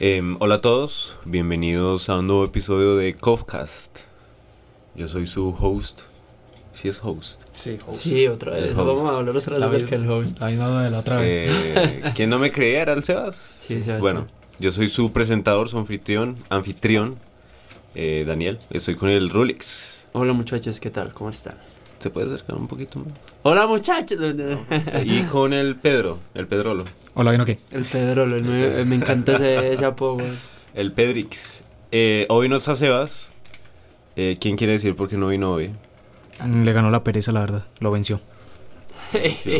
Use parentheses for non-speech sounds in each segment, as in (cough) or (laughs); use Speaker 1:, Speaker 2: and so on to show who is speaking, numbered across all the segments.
Speaker 1: Eh, hola a todos, bienvenidos a un nuevo episodio de Covcast. Yo soy su host. Si es host.
Speaker 2: Sí, host.
Speaker 3: Sí, otra
Speaker 1: El
Speaker 3: vez.
Speaker 1: host.
Speaker 3: Vamos a hablar otra
Speaker 2: la
Speaker 3: vez
Speaker 2: misma
Speaker 3: acerca del host.
Speaker 2: La misma de la otra vez.
Speaker 1: Eh, Quien no me creía era el Sebas.
Speaker 3: Sí, Sebastián.
Speaker 1: Bueno, yo soy su presentador, su anfitrión, anfitrión eh, Daniel. Estoy con el Rulix.
Speaker 3: Hola muchachos, ¿qué tal? ¿Cómo están?
Speaker 1: ¿Se puede acercar un poquito más?
Speaker 3: Hola muchachos.
Speaker 1: Y con el Pedro, el Pedrolo.
Speaker 2: Hola, ¿vino qué?
Speaker 3: (laughs) El Pedrolo, el eh, me, me encanta ese, ese apodo. güey.
Speaker 1: El Pedrix. Eh, hoy no está Sebas. Eh, ¿Quién quiere decir por qué no vino hoy?
Speaker 2: Mm, Le ganó la pereza, la verdad. Lo venció.
Speaker 3: (laughs)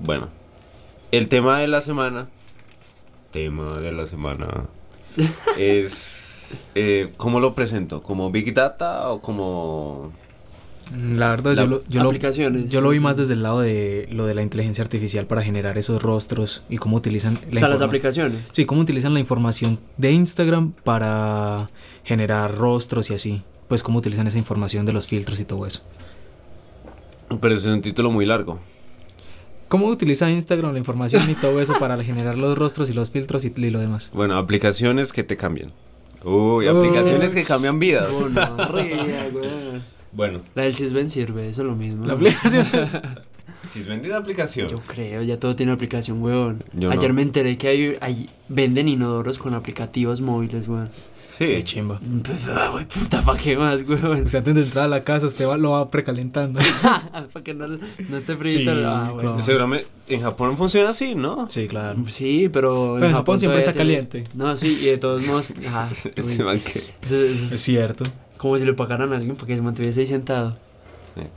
Speaker 1: Bueno, el tema de la semana. Tema de la semana. es. eh, ¿Cómo lo presento? ¿Como Big Data o como.?
Speaker 2: Mm, La verdad,
Speaker 1: La-
Speaker 2: yo, lo, yo, lo,
Speaker 3: aplicaciones.
Speaker 2: yo lo vi más desde el lado de lo de la inteligencia artificial para generar esos rostros y cómo utilizan la
Speaker 3: o sea, las
Speaker 2: informa-
Speaker 3: aplicaciones.
Speaker 2: Sí, cómo utilizan la información de Instagram para generar rostros y así. Pues cómo utilizan esa información de los filtros y todo eso.
Speaker 1: Pero es un título muy largo.
Speaker 2: ¿Cómo utiliza Instagram la información y todo eso para generar los rostros y los filtros y, y lo demás?
Speaker 1: Bueno, aplicaciones que te cambian. Uy, aplicaciones que cambian vidas.
Speaker 3: Gonorrea, Oh, güey.
Speaker 1: Bueno,
Speaker 3: La del Sisben sirve, eso es lo mismo.
Speaker 2: La aplicación.
Speaker 1: si venden aplicación.
Speaker 3: Yo creo, ya todo tiene aplicación, weón.
Speaker 1: Yo
Speaker 3: Ayer
Speaker 1: no.
Speaker 3: me enteré que hay, hay- venden inodoros con aplicativos móviles, weón. (laughs)
Speaker 1: Sí.
Speaker 2: (laughs) Qué chimba.
Speaker 3: Ah, güey, puta, ¿pa' qué más, weón? (laughs)
Speaker 2: Usted antes de entrar a la casa, usted va- lo va precalentando.
Speaker 3: Para que no, no esté frito.
Speaker 2: Sí,
Speaker 3: ah, bueno.
Speaker 2: claro.
Speaker 1: Seguramente en Japón funciona así, ¿no?
Speaker 2: Sí, claro.
Speaker 3: Sí, pero
Speaker 2: Pero en Japón siempre
Speaker 3: todavía
Speaker 2: está
Speaker 3: tiene-
Speaker 2: caliente.
Speaker 3: No, sí, y de todos modos. ah,
Speaker 1: Ese
Speaker 3: uy,
Speaker 1: Este man que-
Speaker 3: eso- eso
Speaker 2: Es
Speaker 3: es
Speaker 2: cierto.
Speaker 3: como si le pagaran a alguien para que se mantuviese ahí sentado.
Speaker 1: eh,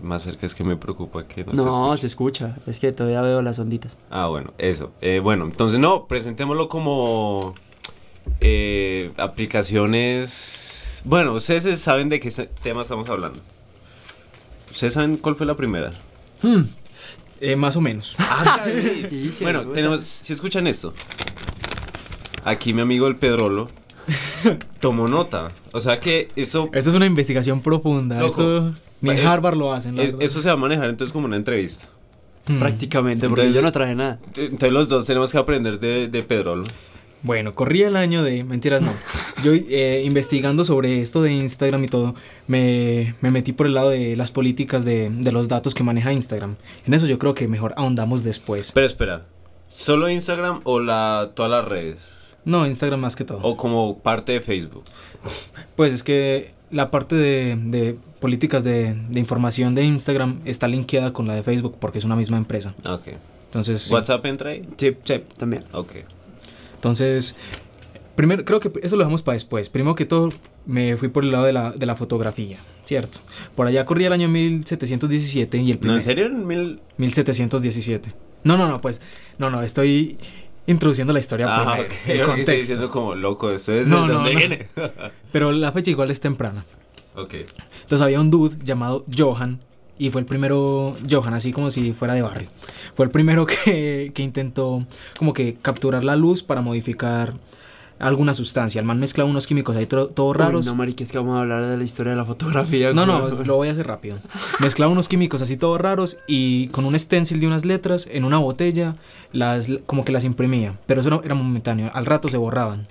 Speaker 1: Más cerca es que me preocupa que no. te
Speaker 3: No, se escucha. Es que todavía veo las onditas.
Speaker 1: Ah, bueno, eso. Eh, bueno, entonces no, presentémoslo como eh, aplicaciones. Bueno, ustedes saben de qué se- tema estamos hablando. ¿Ustedes saben cuál fue la primera?
Speaker 2: Eh, más o menos.
Speaker 1: (laughs) bueno, tenemos. Si escuchan esto, aquí mi amigo el Pedrolo tomó nota. O sea que eso,
Speaker 2: Esto es una investigación profunda.
Speaker 1: Loco.
Speaker 2: Esto ni en
Speaker 1: Es-
Speaker 2: Harvard lo hacen, la
Speaker 1: eh,
Speaker 2: verdad.
Speaker 1: eso se va a manejar entonces como una entrevista.
Speaker 2: Mm.
Speaker 3: Prácticamente, porque
Speaker 1: Entonces-
Speaker 3: yo no traje nada.
Speaker 1: Entonces los dos tenemos que aprender de, de Pedrolo.
Speaker 2: Bueno, corría el año de... Mentiras, no. Yo eh, investigando sobre esto de Instagram y todo, me, me metí por el lado de las políticas de, de los datos que maneja Instagram. En eso yo creo que mejor ahondamos después.
Speaker 1: Pero espera, ¿solo Instagram o la, todas las redes?
Speaker 2: No, Instagram más que todo.
Speaker 1: O como parte de Facebook.
Speaker 2: Pues es que la parte de, de políticas de, de información de Instagram está linkeada con la de Facebook porque es una misma empresa.
Speaker 3: Ah,
Speaker 1: Ok.
Speaker 2: Entonces, sí.
Speaker 1: ¿WhatsApp entra ahí?
Speaker 3: Sí, sí, también.
Speaker 1: Ok.
Speaker 2: entonces primero creo que eso lo dejamos para después. Primero que todo, me fui por el lado de la, de la fotografía, ¿cierto? Por allá corría el año 1717 y el
Speaker 1: No,
Speaker 2: primer...
Speaker 1: en serio, en mil.
Speaker 2: 1717. No, no, no, pues, no, no, estoy introduciendo la historia
Speaker 1: Ah,
Speaker 2: primero,
Speaker 1: ok.
Speaker 2: el
Speaker 1: Yo que estoy
Speaker 2: contexto.
Speaker 1: diciendo como loco, esto es
Speaker 2: No,
Speaker 1: de
Speaker 2: no,
Speaker 1: dónde
Speaker 2: no.
Speaker 1: viene. (laughs)
Speaker 2: Pero la fecha igual es temprana.
Speaker 1: ok.
Speaker 2: Entonces había un dude llamado Johan y fue el primero, Johan, así como si fuera de barrio. Fue el primero (laughs) que, que intentó como que capturar la luz para modificar alguna sustancia. El man mezcla unos químicos ahí tro- todos raros.
Speaker 3: Uy, no, marica, es que vamos a hablar de la historia de la fotografía.
Speaker 2: No, no,
Speaker 3: güey.
Speaker 2: lo voy a hacer rápido. Mezclaba unos químicos así todos raros y con un stencil de unas letras en una botella, las, como que las imprimía. Pero eso era, era momentáneo, al rato se borraban.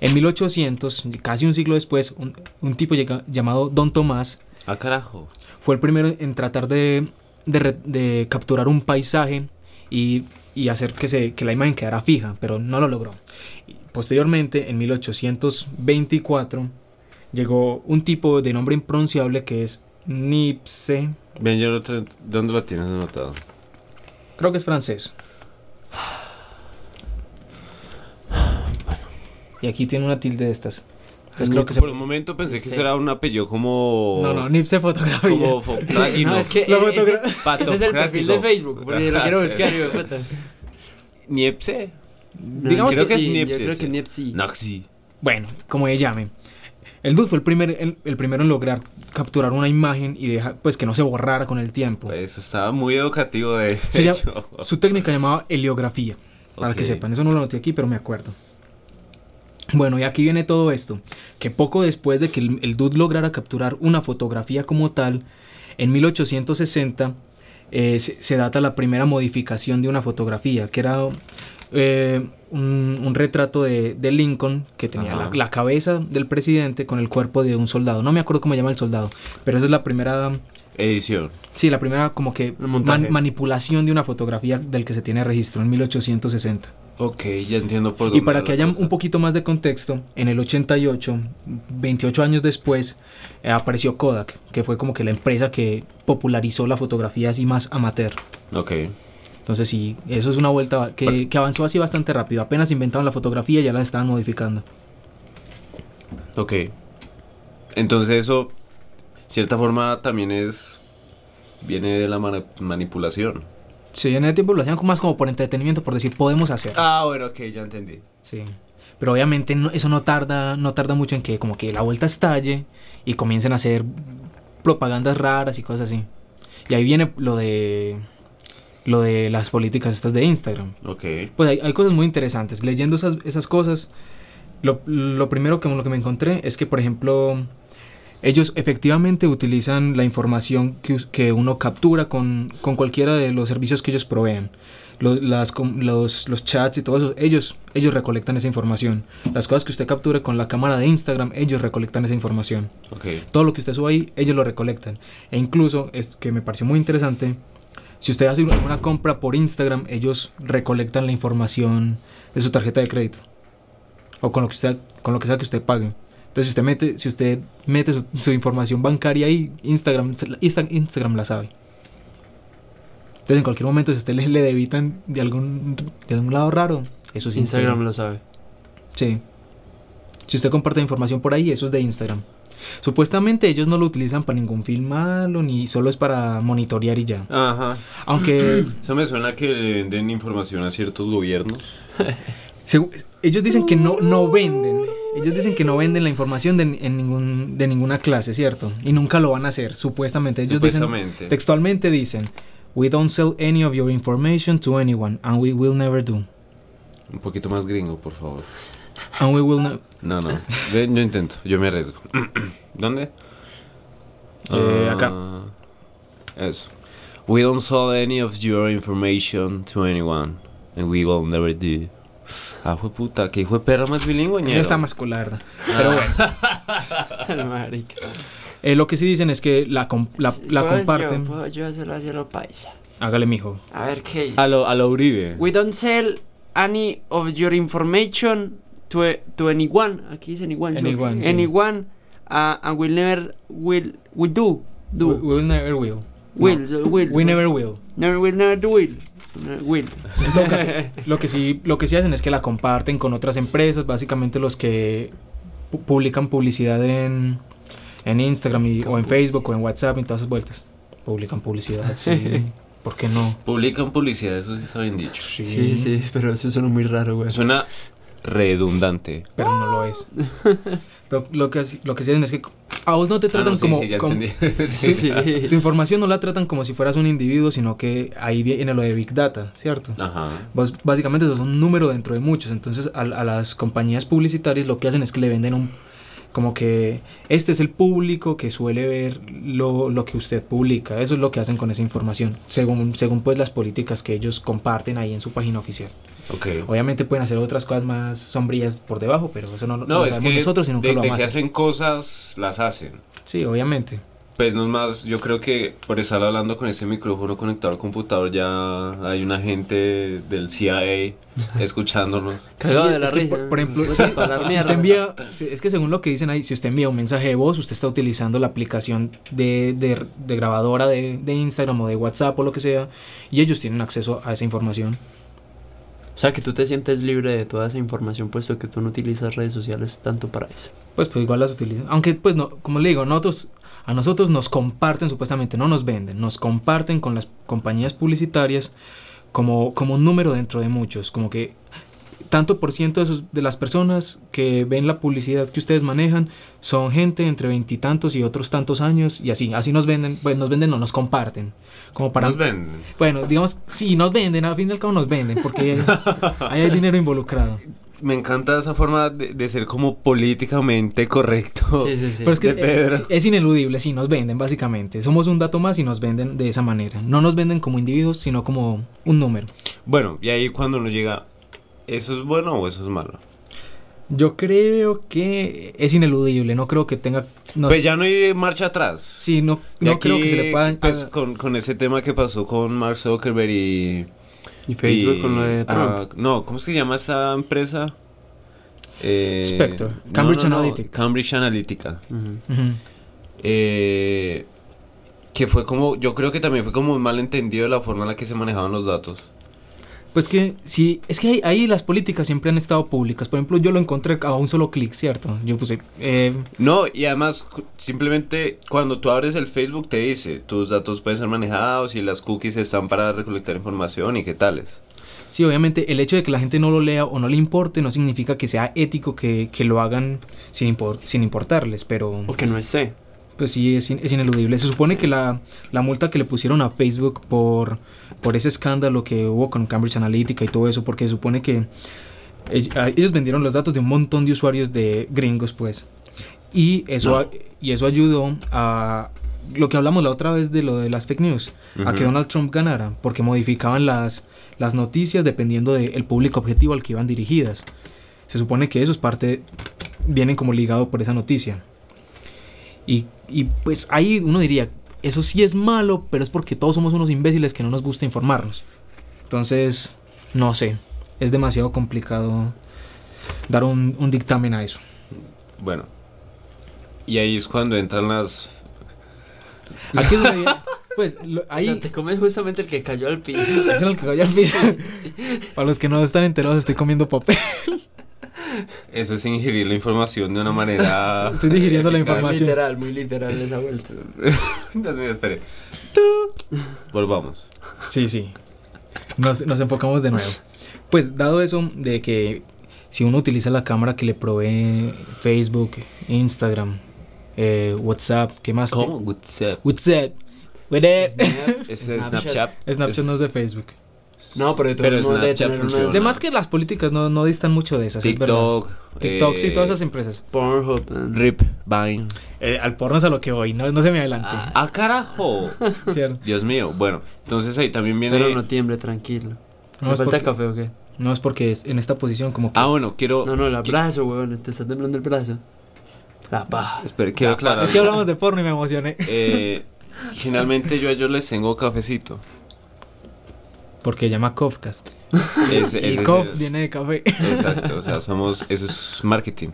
Speaker 2: En 1800, casi un siglo después, un, un tipo llega- llamado Don Tomás
Speaker 1: Ah, carajo.
Speaker 2: fue el primero en tratar de, de re- de capturar un paisaje y, y hacer que, se, que la imagen quedara fija, pero no lo logró. Y posteriormente, en 1824, llegó un tipo de nombre impronunciable que es Nipse,
Speaker 1: Bien, yo lo tra- ¿Dónde lo tienes anotado?
Speaker 2: creo que es francés. Y aquí tiene una tilde de estas. Entonces creo que se...
Speaker 1: por un momento pensé que
Speaker 3: Sí.
Speaker 1: eso era un apellido como.
Speaker 2: No, no, Nipse fotografía.
Speaker 1: Como Fotrágino.
Speaker 3: No, es que.
Speaker 2: La
Speaker 3: eh,
Speaker 2: fotogra-
Speaker 3: ese- Ese es el perfil de Facebook, porque lo quiero
Speaker 1: Ah, Sí.
Speaker 3: buscar, hijo de puta.
Speaker 1: Niepce.
Speaker 3: No,
Speaker 2: Digamos
Speaker 3: creo
Speaker 1: que es
Speaker 3: sí,
Speaker 1: Niepce,
Speaker 3: Yo creo
Speaker 1: sí.
Speaker 3: que Niepce sí.
Speaker 1: Naxi.
Speaker 2: Bueno, como le llame. El Dude fue el, primer, el, el primero en lograr capturar una imagen y dejar pues que no se borrara con el tiempo.
Speaker 1: Pues eso estaba muy educativo de
Speaker 2: Se llama-
Speaker 1: hecho.
Speaker 2: Su técnica llamaba heliografía. Para
Speaker 1: Ok.
Speaker 2: que sepan, eso no lo noté aquí, pero me acuerdo. Bueno, y aquí viene todo esto. Que poco después de que el, el dude lograra capturar una fotografía como tal, en 1860 eh, se, se data la primera modificación de una fotografía, que era eh, un, un retrato de, de Lincoln que tenía
Speaker 1: Ajá.
Speaker 2: la, la cabeza del presidente con el cuerpo de un soldado. No me acuerdo cómo se llama el soldado, pero esa es la primera,
Speaker 1: Edición.
Speaker 2: sí, la primera como que
Speaker 3: El montaje.
Speaker 2: man- manipulación de una fotografía del que se tiene registro en 1860.
Speaker 1: Ok, ya entiendo por
Speaker 2: Y
Speaker 1: dónde
Speaker 2: para
Speaker 1: va
Speaker 2: que
Speaker 1: la
Speaker 2: haya
Speaker 1: cosa.
Speaker 2: un poquito más de contexto, en el 88, 28 años después, eh, apareció Kodak, que fue como que la empresa que popularizó la fotografía así más amateur.
Speaker 1: Ok.
Speaker 2: Entonces sí, eso es una vuelta que, que avanzó así bastante rápido. Apenas inventaron la fotografía y ya la estaban modificando.
Speaker 1: Ok. Entonces eso, cierta forma, también es... Viene de la mani- manipulación.
Speaker 2: Sí, en ese tiempo lo hacían como- más como por entretenimiento, por decir, podemos hacer.
Speaker 1: Ah, bueno, ok, ya entendí.
Speaker 2: Sí. Pero obviamente no- eso no tarda, no tarda mucho en que como que la vuelta estalle y comiencen a hacer propagandas raras y cosas así. Y ahí viene lo de lo de las políticas estas de Instagram.
Speaker 1: Ok.
Speaker 2: Pues hay, hay cosas muy interesantes. Leyendo esas, esas cosas, lo, lo primero que, lo que me encontré es que, por ejemplo, ellos efectivamente utilizan la información que, us- que uno captura con, con cualquiera de los servicios que ellos proveen. Lo- las com- los, los chats y todo eso, ellos, ellos recolectan esa información. Las cosas que usted capture con la cámara de Instagram, ellos recolectan esa información.
Speaker 1: Ok.
Speaker 2: Todo lo que usted suba ahí, ellos lo recolectan. E incluso, es que me pareció muy interesante, si usted hace una compra por Instagram, ellos recolectan la información de su tarjeta de crédito. O con lo que sea, con lo que, sea que usted pague. Entonces, si usted mete, si usted mete su, su información bancaria ahí, Instagram, se la- Insta- Instagram la sabe. Entonces, en cualquier momento, si usted le, le debitan de algún, de algún lado raro, eso es
Speaker 3: Instagram lo sabe.
Speaker 2: Sí. Si usted comparte información por ahí, eso es de Instagram. Supuestamente ellos no lo utilizan para ningún film malo, ni solo es para monitorear y ya.
Speaker 1: Ajá. (clears throat)
Speaker 2: Aunque
Speaker 1: Eso me suena que le venden información a ciertos gobiernos.
Speaker 2: segu- ellos dicen que no, no venden. Ellos dicen que no venden la información de, en ningún, de ninguna clase, ¿cierto? Y nunca lo van a hacer, supuestamente. Ellos
Speaker 1: supuestamente.
Speaker 2: dicen, textualmente dicen, We don't sell any of your information to anyone, and we will never do.
Speaker 1: Un poquito más gringo, por favor.
Speaker 2: And we will never...
Speaker 1: No, no. Ve, yo intento, yo me arriesgo. (clears throat) ¿Dónde?
Speaker 2: Eh,
Speaker 1: Ah,
Speaker 2: acá.
Speaker 1: Eso. We don't sell any of your information to anyone. And we will never do. Ah, fue puta, que hijo de perra más bilingüe, ñero.
Speaker 2: está más colarda.
Speaker 1: Ah,
Speaker 3: Marica.
Speaker 2: Eh, lo que sí dicen es que la, com- la,
Speaker 3: Sí,
Speaker 2: la
Speaker 3: ¿puedo
Speaker 2: comparten.
Speaker 3: Pues Yo, puedo yo hacerlo hacia lo paisa.
Speaker 2: Hágale, mijo.
Speaker 3: A ver qué.
Speaker 1: a lo, a lo Uribe.
Speaker 3: We don't sell any of your information to, to anyone. Aquí dice anyone. ¿sí?
Speaker 2: Anyone, sí.
Speaker 3: Anyone. uh, and we'll never will we do. Do.
Speaker 2: We, we'll never will.
Speaker 3: will.
Speaker 2: No.
Speaker 3: Will.
Speaker 2: We never will.
Speaker 3: Never will never do will. Never will.
Speaker 2: En todo caso, lo que sí, lo que sí hacen es que la comparten con otras empresas, básicamente los que pu- publican publicidad en, en Instagram y- o en Facebook o en WhatsApp y todas esas vueltas. Publican publicidad, sí. ¿Por qué no?
Speaker 1: Publican publicidad, eso sí está bien dicho.
Speaker 2: Sí,
Speaker 3: pero eso suena muy raro, güey.
Speaker 1: Suena redundante.
Speaker 2: Pero no lo es. Lo, lo que, sí- lo que sí hacen es que a vos no te
Speaker 1: Ah,
Speaker 2: tratan
Speaker 1: no, sí,
Speaker 2: como,
Speaker 1: sí, ya
Speaker 2: como- (laughs)
Speaker 1: entendí.
Speaker 3: Sí, sí.
Speaker 2: Tu información no la tratan como si fueras un individuo, sino que ahí viene lo de Big Data, ¿cierto?
Speaker 1: (laughs) Ajá.
Speaker 2: Bas- básicamente eso es un número dentro de muchos. Entonces a, a las compañías publicitarias lo que hacen es que le venden un... Como que este es el público que suele ver lo, lo que usted publica. Eso es lo que hacen con esa información. Según, según pues las políticas que ellos comparten ahí en su página oficial.
Speaker 1: Ok.
Speaker 2: Obviamente pueden hacer otras cosas más sombrías por debajo, pero eso no, lo- no
Speaker 1: No,
Speaker 2: lo
Speaker 1: es
Speaker 2: sabemos
Speaker 1: que
Speaker 2: nosotros y nunca
Speaker 1: de,
Speaker 2: lo
Speaker 1: de
Speaker 2: vamos
Speaker 1: que
Speaker 2: a hacer.
Speaker 1: hacen cosas, las hacen.
Speaker 2: Sí, obviamente.
Speaker 1: Pues no es más, yo creo que por estar hablando con ese micrófono conectado al computador ya hay una gente del CIA
Speaker 2: (laughs)
Speaker 1: escuchándonos.
Speaker 3: Cagado
Speaker 2: Sí,
Speaker 3: de la
Speaker 2: es que,
Speaker 3: risa.
Speaker 2: por- por ejemplo,
Speaker 3: Puedes
Speaker 2: si- Si
Speaker 3: hablar mierda.
Speaker 2: usted envía, si- es que según lo que dicen ahí, si usted envía un mensaje de voz, usted está utilizando la aplicación de, de- de grabadora de, de Instagram o de WhatsApp o lo que sea, y ellos tienen acceso a esa información.
Speaker 3: O sea, que tú te sientes libre de toda esa información, puesto que tú no utilizas redes sociales tanto para eso.
Speaker 2: Pues, pues igual las utilizan. Aunque, pues, no, como le digo, nosotros, a nosotros nos comparten supuestamente, no nos venden, nos comparten con las compañías publicitarias como, como un número dentro de muchos, como que tanto por ciento de, sus- de las personas que ven la publicidad que ustedes manejan son gente entre veintitantos y, otros tantos años y así, así nos venden, pues nos venden, no nos comparten, como para...
Speaker 1: Nos venden.
Speaker 2: Bueno, digamos, sí, nos venden, al fin y al cabo nos venden, porque ahí hay dinero involucrado.
Speaker 1: Me encanta esa forma de, de ser como políticamente correcto.
Speaker 3: sí, sí.
Speaker 2: Oh, Pero es que
Speaker 1: de Pedro.
Speaker 2: es, es- es ineludible, sí, nos venden básicamente. Somos un dato más y nos venden de esa manera. No nos venden como individuos, sino como un número.
Speaker 1: Bueno, y ahí cuando uno llega ¿Eso es bueno o eso es malo?
Speaker 2: Yo creo que es ineludible, no creo que tenga... No,
Speaker 1: pues ya no hay marcha atrás.
Speaker 2: sí, no,
Speaker 1: Y
Speaker 2: no creo que se le
Speaker 1: aquí,
Speaker 2: pueda...
Speaker 1: pues,
Speaker 2: haga-
Speaker 1: con, con ese tema que pasó con Mark Zuckerberg y...
Speaker 3: Y Facebook
Speaker 1: y-
Speaker 3: con lo de Trump.
Speaker 1: ah, no, ¿cómo es que se llama esa empresa? Eh,
Speaker 2: Spectre, Cambridge Analytica.
Speaker 1: Cambridge Analytica.
Speaker 3: Ujú.
Speaker 2: Ujú.
Speaker 1: Eh, que fue como, yo creo que también fue como un malentendido de la forma en la que se manejaban los datos.
Speaker 2: Pues que sí, es que ahí, ahí las políticas siempre han estado públicas. Por ejemplo, yo lo encontré a un solo clic, ¿cierto? Yo puse... eh,
Speaker 1: No, y además, cu- simplemente cuando tú abres el Facebook te dice, tus datos pueden ser manejados y las cookies están para recolectar información y qué tales.
Speaker 2: sí, obviamente el hecho de que la gente no lo lea o no le importe no significa que sea ético que, que lo hagan sin, impor- sin importarles, pero...
Speaker 3: O que no esté.
Speaker 2: Pues sí, es, in- es ineludible. Se supone que la, la multa que le pusieron a Facebook por, por ese escándalo que hubo con Cambridge Analytica y todo eso, porque se supone que ell- a- ellos vendieron los datos de un montón de usuarios de gringos, pues. Y eso,
Speaker 1: No.
Speaker 2: a- y eso ayudó a lo que hablamos la otra vez de lo de las fake news, a que
Speaker 1: Ujú.
Speaker 2: Donald Trump ganara, porque modificaban las, las noticias dependiendo del público objetivo al que iban dirigidas. Se supone que eso es parte, vienen como ligado por esa noticia. Y, y, pues ahí uno diría, eso sí es malo, pero es porque todos somos unos imbéciles que no nos gusta informarnos. Entonces, no sé, es demasiado complicado dar un, un dictamen a eso.
Speaker 1: Bueno. Y ahí es cuando entran las...
Speaker 2: ¿A qué se refiere? (laughs) Pues lo-
Speaker 3: Ahí.
Speaker 2: ahí...
Speaker 3: te comes justamente el que cayó al piso.
Speaker 2: Eso (laughs) es lo que cayó al piso. Para los que no están enterados, estoy comiendo papel.
Speaker 1: Eso es ingerir la información de una manera...
Speaker 2: (laughs) Estoy
Speaker 1: (laughs)
Speaker 2: digiriendo la
Speaker 1: eficaz.
Speaker 2: información.
Speaker 3: literal, muy literal esa vuelta.
Speaker 2: Eh,
Speaker 1: Dios mío, espere. Volvamos.
Speaker 2: Sí, sí. Nos, nos enfocamos de nuevo. Pues dado eso de que si uno utiliza la cámara que le provee Facebook, Instagram, eh, WhatsApp, ¿qué más?
Speaker 1: ¿Cómo? WhatsApp.
Speaker 2: WhatsApp. WhatsApp. (laughs)
Speaker 1: Es
Speaker 3: Snapchat.
Speaker 1: Snapchat.
Speaker 2: Snapchat no es de Facebook.
Speaker 3: No, pero de todos
Speaker 1: Pero
Speaker 3: modos debe
Speaker 1: Snapchat
Speaker 3: tener
Speaker 1: funciona.
Speaker 3: unas-
Speaker 2: De más que las políticas no, no distan mucho de esas, es
Speaker 1: TikTok.
Speaker 2: verdad. TikTok, sí,
Speaker 1: eh,
Speaker 2: todas esas empresas.
Speaker 3: Pornhub. eh.
Speaker 1: Rip, Vine.
Speaker 2: Eh, al porno es a lo que voy, no, no se me adelante.
Speaker 3: Ah.
Speaker 1: ¡Ah, carajo!
Speaker 2: (laughs) Cierto.
Speaker 1: Dios mío. Bueno, entonces ahí también viene.
Speaker 3: Pero no tiemble, tranquilo.
Speaker 2: No
Speaker 3: ¿Me
Speaker 2: es,
Speaker 3: falta
Speaker 2: porque,
Speaker 3: café o qué?
Speaker 2: no es porque es- en esta posición como que...
Speaker 1: Ah, bueno, quiero.
Speaker 3: No, no, el
Speaker 1: ¿Qué?
Speaker 3: brazo, weón. Te está temblando el brazo. La paja.
Speaker 1: Espera, quiero aclarar.
Speaker 2: es que hablamos de porno y me emocioné.
Speaker 1: Eh, generalmente yo a ellos les tengo
Speaker 3: (laughs)
Speaker 1: cafecito.
Speaker 2: Porque llama Cofcast.
Speaker 1: Ese-
Speaker 2: Y
Speaker 1: ese-
Speaker 2: Cof
Speaker 1: ese-
Speaker 2: viene de café.
Speaker 1: Exacto, o sea, somos. Eso es marketing.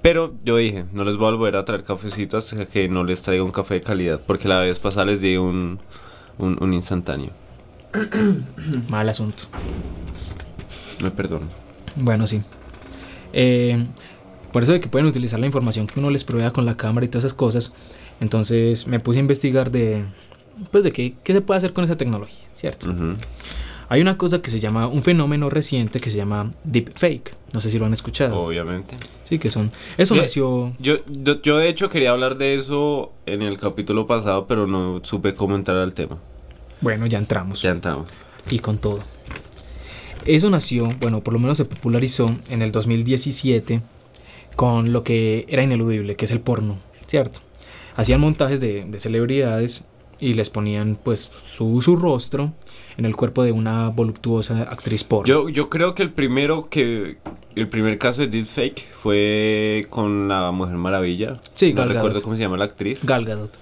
Speaker 1: Pero yo dije, no les voy a volver a traer cafecito hasta que no les traiga un café de calidad. Porque la vez pasada les di un, un, un instantáneo.
Speaker 2: Mal asunto.
Speaker 1: Me perdono.
Speaker 2: Bueno, sí. Eh, por eso de que pueden utilizar la información que uno les provea con la cámara y todas esas cosas. Entonces me puse a investigar de... Pues de qué, qué se puede hacer con esa tecnología, ¿cierto?
Speaker 1: Ujú.
Speaker 2: Hay una cosa que se llama, un fenómeno reciente que se llama deepfake. No sé si lo han escuchado.
Speaker 1: Obviamente.
Speaker 2: Sí, que son... Eso
Speaker 1: Yo-
Speaker 2: nació...
Speaker 1: Yo, yo, yo de hecho quería hablar de eso en el capítulo pasado, pero no supe cómo entrar al tema.
Speaker 2: Bueno, ya entramos.
Speaker 1: Ya entramos.
Speaker 2: y con todo. Eso nació, bueno, por lo menos se popularizó en el 2017 con lo que era ineludible, que es el porno, ¿cierto? Hacían montajes de, de celebridades y les ponían pues su, su rostro en el cuerpo de una voluptuosa actriz porno.
Speaker 1: Yo, yo creo que el primero que... El primer caso de deepfake fue con la Mujer Maravilla.
Speaker 2: Sí,
Speaker 1: No
Speaker 2: Gal Gadot.
Speaker 1: recuerdo cómo se llama la actriz.
Speaker 2: Gal Gadot.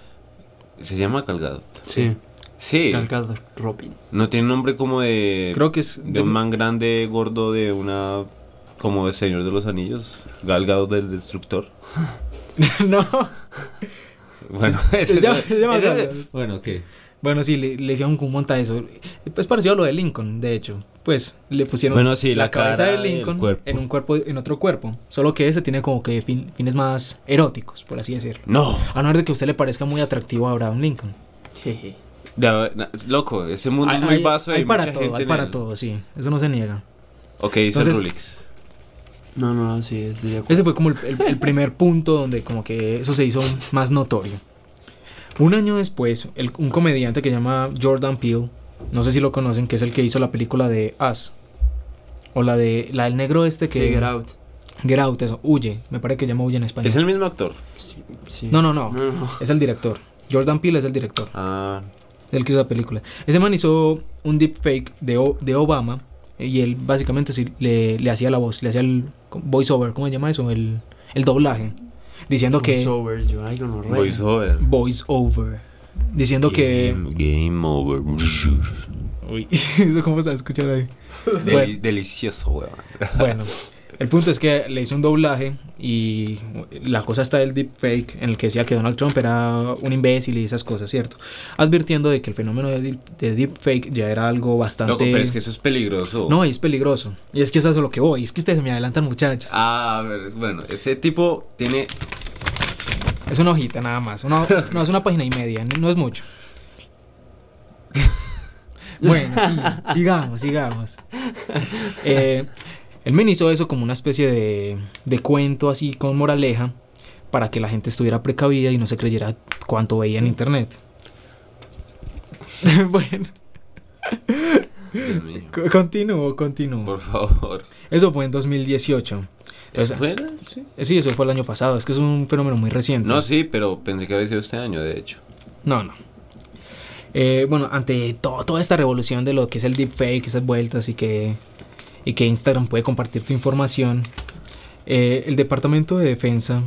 Speaker 1: se llama Gal Gadot.
Speaker 3: Sí.
Speaker 1: Sí.
Speaker 3: Calcado. Robin.
Speaker 1: No tiene nombre como de...
Speaker 2: Creo que es...
Speaker 1: de,
Speaker 2: de-
Speaker 1: un man grande, gordo, de una... Como de Señor de los Anillos. Gal Gadot del Destructor.
Speaker 2: (laughs) no.
Speaker 1: Bueno, (laughs)
Speaker 2: se
Speaker 1: ese
Speaker 2: llama-
Speaker 1: es-
Speaker 2: se llama
Speaker 1: ese
Speaker 2: Gal
Speaker 1: es-
Speaker 2: Gadot.
Speaker 1: Bueno, ¿qué?
Speaker 2: Bueno, sí, le, le hicieron un montaje de eso. Pues parecido a lo de Lincoln, de hecho. Pues le pusieron
Speaker 1: Bueno, sí, la
Speaker 2: cabeza
Speaker 1: cara
Speaker 2: de
Speaker 1: y el
Speaker 2: Lincoln
Speaker 1: cuerpo.
Speaker 2: en un cuerpo, en otro cuerpo. Solo que ese tiene como que fin- fines más eróticos, por así decirlo.
Speaker 1: No.
Speaker 2: A no ser de que a usted le parezca muy atractivo a Abraham Lincoln.
Speaker 3: Jeje.
Speaker 1: Ya, na- loco, ese mundo
Speaker 2: Hay-
Speaker 1: es muy
Speaker 2: hay-
Speaker 1: vaso y
Speaker 2: hay
Speaker 1: mucha
Speaker 2: para todo,
Speaker 1: gente
Speaker 2: hay
Speaker 1: en
Speaker 2: para
Speaker 1: él.
Speaker 2: todo, sí. Eso no se niega.
Speaker 1: Ok, dice
Speaker 2: Entonces-
Speaker 1: Rulix.
Speaker 3: No, no, sí, estoy de acuerdo.
Speaker 2: Ese fue como el, el- el primer punto donde como que eso se hizo más notorio. Un año después, el- un comediante que se llama Jordan Peele, no sé si lo conocen, que es el que hizo la película de Us. O la de la del negro este que
Speaker 3: Sí, Get Out.
Speaker 2: Get Out, eso, huye, me parece que se llama huye en español.
Speaker 1: ¿Es el mismo actor?
Speaker 3: Sí, sí.
Speaker 2: No, no, no,
Speaker 3: No, no.
Speaker 2: es el director. Jordan Peele es el director.
Speaker 1: Ah,
Speaker 2: El que hizo la película. Ese man hizo un deepfake de, O- de Obama y él básicamente sí le, le hacía la voz, le hacía el voiceover, ¿cómo se llama eso? El, el doblaje. Diciendo que...
Speaker 3: Voiceovers, yo, ay, gonorrea.
Speaker 1: Voiceover.
Speaker 2: Voiceover. Diciendo que...
Speaker 1: Game, game over.
Speaker 2: Uy, (laughs) ¿eso cómo se va a escuchar ahí?
Speaker 1: Deli-
Speaker 2: Bueno.
Speaker 1: Delicioso, weón.
Speaker 2: Bueno, el punto es que le hizo un doblaje y la cosa está del deepfake en el que decía que Donald Trump era un imbécil y esas cosas, ¿cierto? Advirtiendo de que el fenómeno de, deep- de deepfake ya era algo bastante...
Speaker 1: Loco, pero es que eso es peligroso.
Speaker 2: No, y es peligroso. Y es que eso es a lo que voy. Es que ustedes me adelantan, muchachos.
Speaker 1: Ah, a ver, bueno, ese tipo tiene.
Speaker 2: Es una hojita nada más. Una- no, es una página y media. No es mucho. Bueno, sí, sigamos, sigamos. Eh, el men hizo eso como una especie de, de cuento así con moraleja para que la gente estuviera precavida y no se creyera cuanto veía en internet. (laughs) bueno,
Speaker 1: Dios mío,
Speaker 2: co- continúo, continúo.
Speaker 1: Por favor.
Speaker 2: Eso fue en 2018.
Speaker 1: ¿Eso
Speaker 2: Entonces,
Speaker 1: fue? Sí.
Speaker 2: eh, sí, eso fue el año pasado. Es que es un fenómeno muy reciente.
Speaker 1: No, sí, pero pensé que había sido este año, de hecho.
Speaker 2: No, no. Eh, bueno, ante todo- toda esta revolución de lo que es el deepfake, esas vueltas y que, y que Instagram puede compartir tu información, eh, el Departamento de Defensa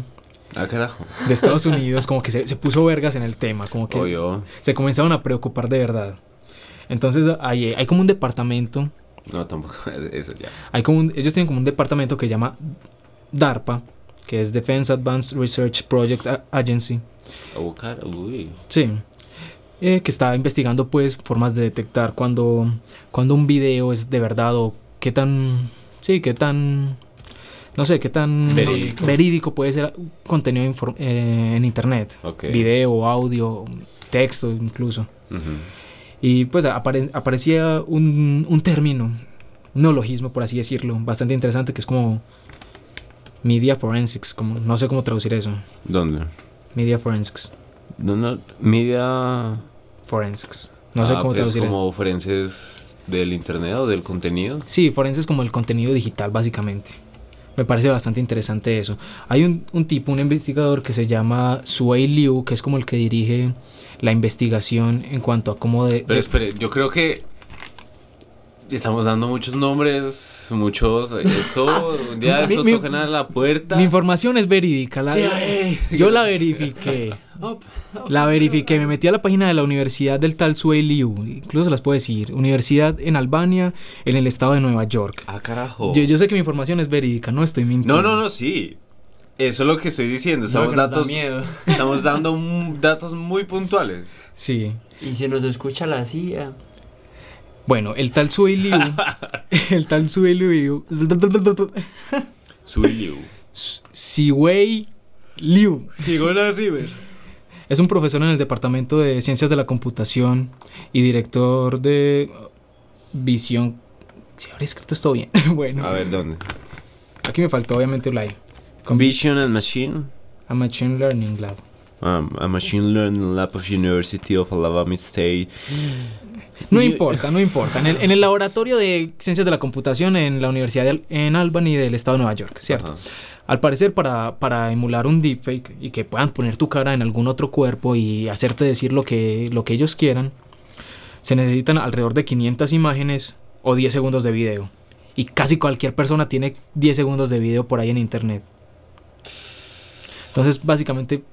Speaker 1: Ah, carajo.
Speaker 2: de Estados Unidos como que se, se puso vergas en el tema, como que
Speaker 1: Obvio.
Speaker 2: se comenzaron a preocupar de verdad. Entonces hay, hay como un departamento,
Speaker 1: No, tampoco. (laughs) Eso ya.
Speaker 2: hay como un- ellos tienen como un departamento que se llama DARPA, que es Defense Advanced Research Project A- Agency.
Speaker 1: A buscar. Uy.
Speaker 2: Sí. Eh, que está investigando pues formas de detectar cuando, cuando un video es de verdad o qué tan... Sí, qué tan... No sé, qué tan
Speaker 1: Verídico.
Speaker 2: verídico puede ser contenido infor- eh, en internet.
Speaker 1: Ok.
Speaker 2: Video, audio, texto incluso.
Speaker 1: Ujú.
Speaker 2: Y pues apare- aparecía un, un término, un neologismo por así decirlo, bastante interesante que es como media forensics, como, no sé cómo traducir eso.
Speaker 1: ¿Dónde?
Speaker 2: Media forensics.
Speaker 1: ¿Dónde? Media.
Speaker 2: Forensics. No sé
Speaker 1: Ah,
Speaker 2: cómo
Speaker 1: es
Speaker 2: traducir eso.
Speaker 1: como forenses del internet o del contenido.
Speaker 2: Sí, forense es como el contenido digital, básicamente. Me parece bastante interesante eso. Hay un, un tipo, un investigador que se llama Suei Liu, que es como el que dirige la investigación en cuanto a cómo de...
Speaker 1: Pero
Speaker 2: de-
Speaker 1: espere, yo creo que estamos dando muchos nombres, muchos.
Speaker 2: (laughs)
Speaker 1: Eso, un día de
Speaker 2: Mi-
Speaker 1: esos
Speaker 2: mi-
Speaker 1: tocan a la puerta.
Speaker 2: mi información es verídica. la-
Speaker 1: CIA.
Speaker 2: yo
Speaker 1: (laughs)
Speaker 2: la verifiqué. La verifiqué. Me metí a la página de la Universidad del tal Suei Liu. Incluso se las puedo decir. Universidad en Albania, en el estado de Nueva York.
Speaker 1: Ah, carajo.
Speaker 2: Yo, yo sé que mi información es verídica, no estoy mintiendo.
Speaker 1: No, no, no, sí. Eso es lo que estoy diciendo.
Speaker 3: Lo
Speaker 1: Estamos,
Speaker 3: que nos da
Speaker 1: datos,
Speaker 3: miedo.
Speaker 1: estamos dando mm, datos muy puntuales.
Speaker 2: Sí.
Speaker 3: Y si nos escucha la CIA.
Speaker 2: Bueno, el tal Sui
Speaker 1: (laughs)
Speaker 2: Liu, el tal Sui Liu,
Speaker 1: Suiliu.
Speaker 2: Siwei Liu,
Speaker 1: Gigola River.
Speaker 2: es un profesor en el Departamento de Ciencias de la Computación y director de Visión. Si habré escrito esto bien. (laughs) bueno,
Speaker 1: A ver, ¿dónde?
Speaker 2: aquí me faltó obviamente la I. Con
Speaker 1: Vision and Machine.
Speaker 2: a Machine Learning Lab.
Speaker 1: Um, a Machine Learning Lab of University of Alabama State.
Speaker 2: No
Speaker 1: Y-
Speaker 2: importa, no importa. En el, en el laboratorio de Ciencias de la Computación en la Universidad de Al- en Albany del estado de Nueva York, ¿cierto?
Speaker 1: Ajá.
Speaker 2: Al parecer, para, para emular un deepfake y que puedan poner tu cara en algún otro cuerpo y hacerte decir lo que, lo que ellos quieran, se necesitan alrededor de 500 imágenes o 10 segundos de video. Y casi cualquier persona tiene 10 segundos de video por ahí en internet. Entonces, básicamente.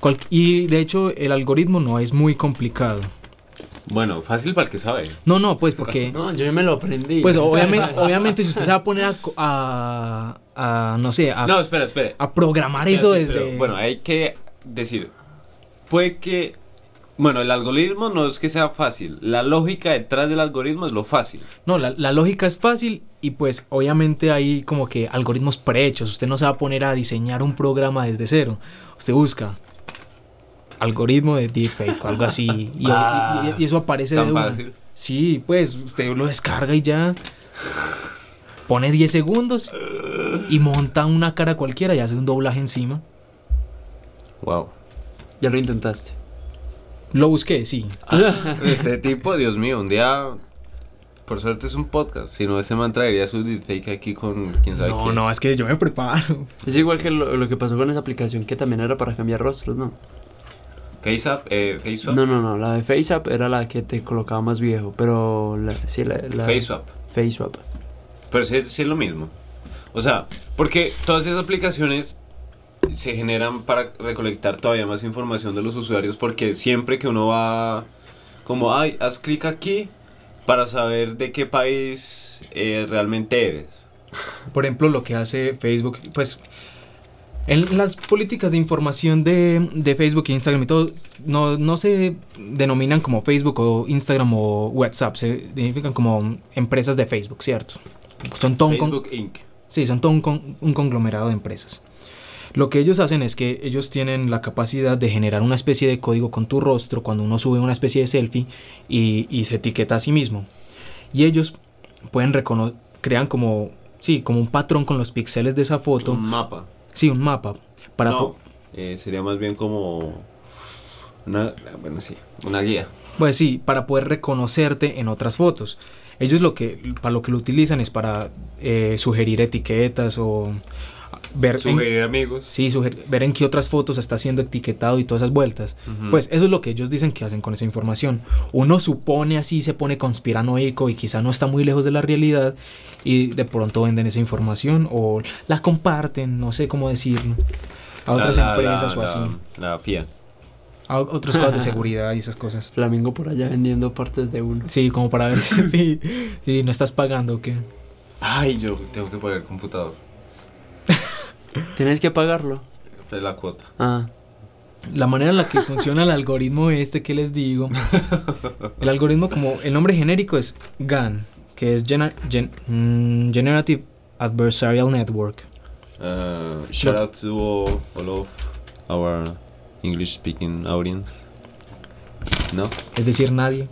Speaker 2: cual- y de hecho, el algoritmo no es muy complicado.
Speaker 1: Bueno, fácil para el que sabe.
Speaker 2: No, no, pues porque.
Speaker 3: No, yo ya me lo aprendí.
Speaker 2: Pues obviamente, obviamente si usted se va a poner a. co- a, a, no sé, a,
Speaker 1: No, espera, espera.
Speaker 2: a programar Ah, eso
Speaker 1: Ya sé,
Speaker 2: desde.
Speaker 1: pero, bueno, hay que decir. Puede que. Bueno, el algoritmo no es que sea fácil. La lógica detrás del algoritmo es lo fácil.
Speaker 2: No, la, la lógica es fácil y pues obviamente hay como que algoritmos prehechos. Usted no se va a poner a diseñar un programa desde cero. Usted busca algoritmo de deepfake o algo así y,
Speaker 1: Ah,
Speaker 2: y- y- y eso aparece
Speaker 1: tan
Speaker 2: de una.
Speaker 1: fácil.
Speaker 2: Sí, pues usted lo descarga y ya pone 10 segundos y monta una cara cualquiera y hace un doblaje encima.
Speaker 1: Wow.
Speaker 3: Ya lo intentaste.
Speaker 2: Lo busqué, sí.
Speaker 1: Este tipo, Dios mío, un día. Por suerte es un podcast. Si no, ese man traería su deepfake aquí con quién sabe
Speaker 2: No,
Speaker 1: quién.
Speaker 2: no, es que yo me preparo.
Speaker 3: Es igual que lo, lo que pasó con esa aplicación que también era para cambiar rostros, ¿no?
Speaker 1: FaceApp, eh, FaceApp.
Speaker 3: No, no, no. La de FaceApp era la que te colocaba más viejo. Pero la, sí, la, la-
Speaker 1: FaceApp.
Speaker 3: FaceApp.
Speaker 1: Pero sí, sí es lo mismo. O sea, porque todas esas aplicaciones se generan para recolectar todavía más información de los usuarios porque siempre que uno va como, ay, haz clic aquí para saber de qué país eh, realmente eres.
Speaker 2: Por ejemplo, lo que hace Facebook, pues en las políticas de información de, de Facebook e Instagram y todo, no, no se denominan como Facebook o Instagram o WhatsApp, se identifican como empresas de Facebook, ¿cierto? Son todo un con-
Speaker 1: Facebook Inc.
Speaker 2: Sí, son todo un, con- un conglomerado de empresas. Lo que ellos hacen es que ellos tienen la capacidad de generar una especie de código con tu rostro cuando uno sube una especie de selfie y, y se etiqueta a sí mismo. Y ellos pueden recono- crean como, sí, como un patrón con los píxeles de esa foto,
Speaker 1: Un mapa.
Speaker 2: sí, un mapa para
Speaker 1: Mm. No,
Speaker 2: po-
Speaker 1: eh, sería más bien como una, bueno, sí, una guía.
Speaker 2: Pues sí, para poder reconocerte en otras fotos. Ellos lo que, para lo que lo utilizan es para eh, sugerir etiquetas o ver, en-
Speaker 1: Sugerir amigos.
Speaker 2: sí, sugerir- ver en qué otras fotos está siendo etiquetado y todas esas vueltas.
Speaker 1: Ujú.
Speaker 2: Pues eso es lo que ellos dicen que hacen con esa información. Uno supone así, se pone conspiranoico y quizá no está muy lejos de la realidad y de pronto venden esa información o la comparten, no sé cómo decirlo, a otras
Speaker 1: La- la-
Speaker 2: empresas
Speaker 1: la-
Speaker 2: o así,
Speaker 1: La, la FIA.
Speaker 2: a otros cuadros
Speaker 1: (laughs)
Speaker 2: de seguridad y esas cosas.
Speaker 3: Flamingo por allá vendiendo partes de uno.
Speaker 2: Sí, como para ver (laughs) si, si, si no estás pagando o qué.
Speaker 1: Ay, yo tengo que pagar el computador.
Speaker 3: Tienes que pagarlo.
Speaker 1: Fue la cuota.
Speaker 3: Ah,
Speaker 2: La manera en la que funciona el algoritmo este que les digo. El algoritmo como el nombre genérico es GAN, que es Gener- Gen- mm, Generative Adversarial Network.
Speaker 1: Uh, shout
Speaker 2: But-
Speaker 1: out to all, all of our English speaking
Speaker 2: (laughs)
Speaker 1: audience. ¿No?
Speaker 2: Es decir, nadie.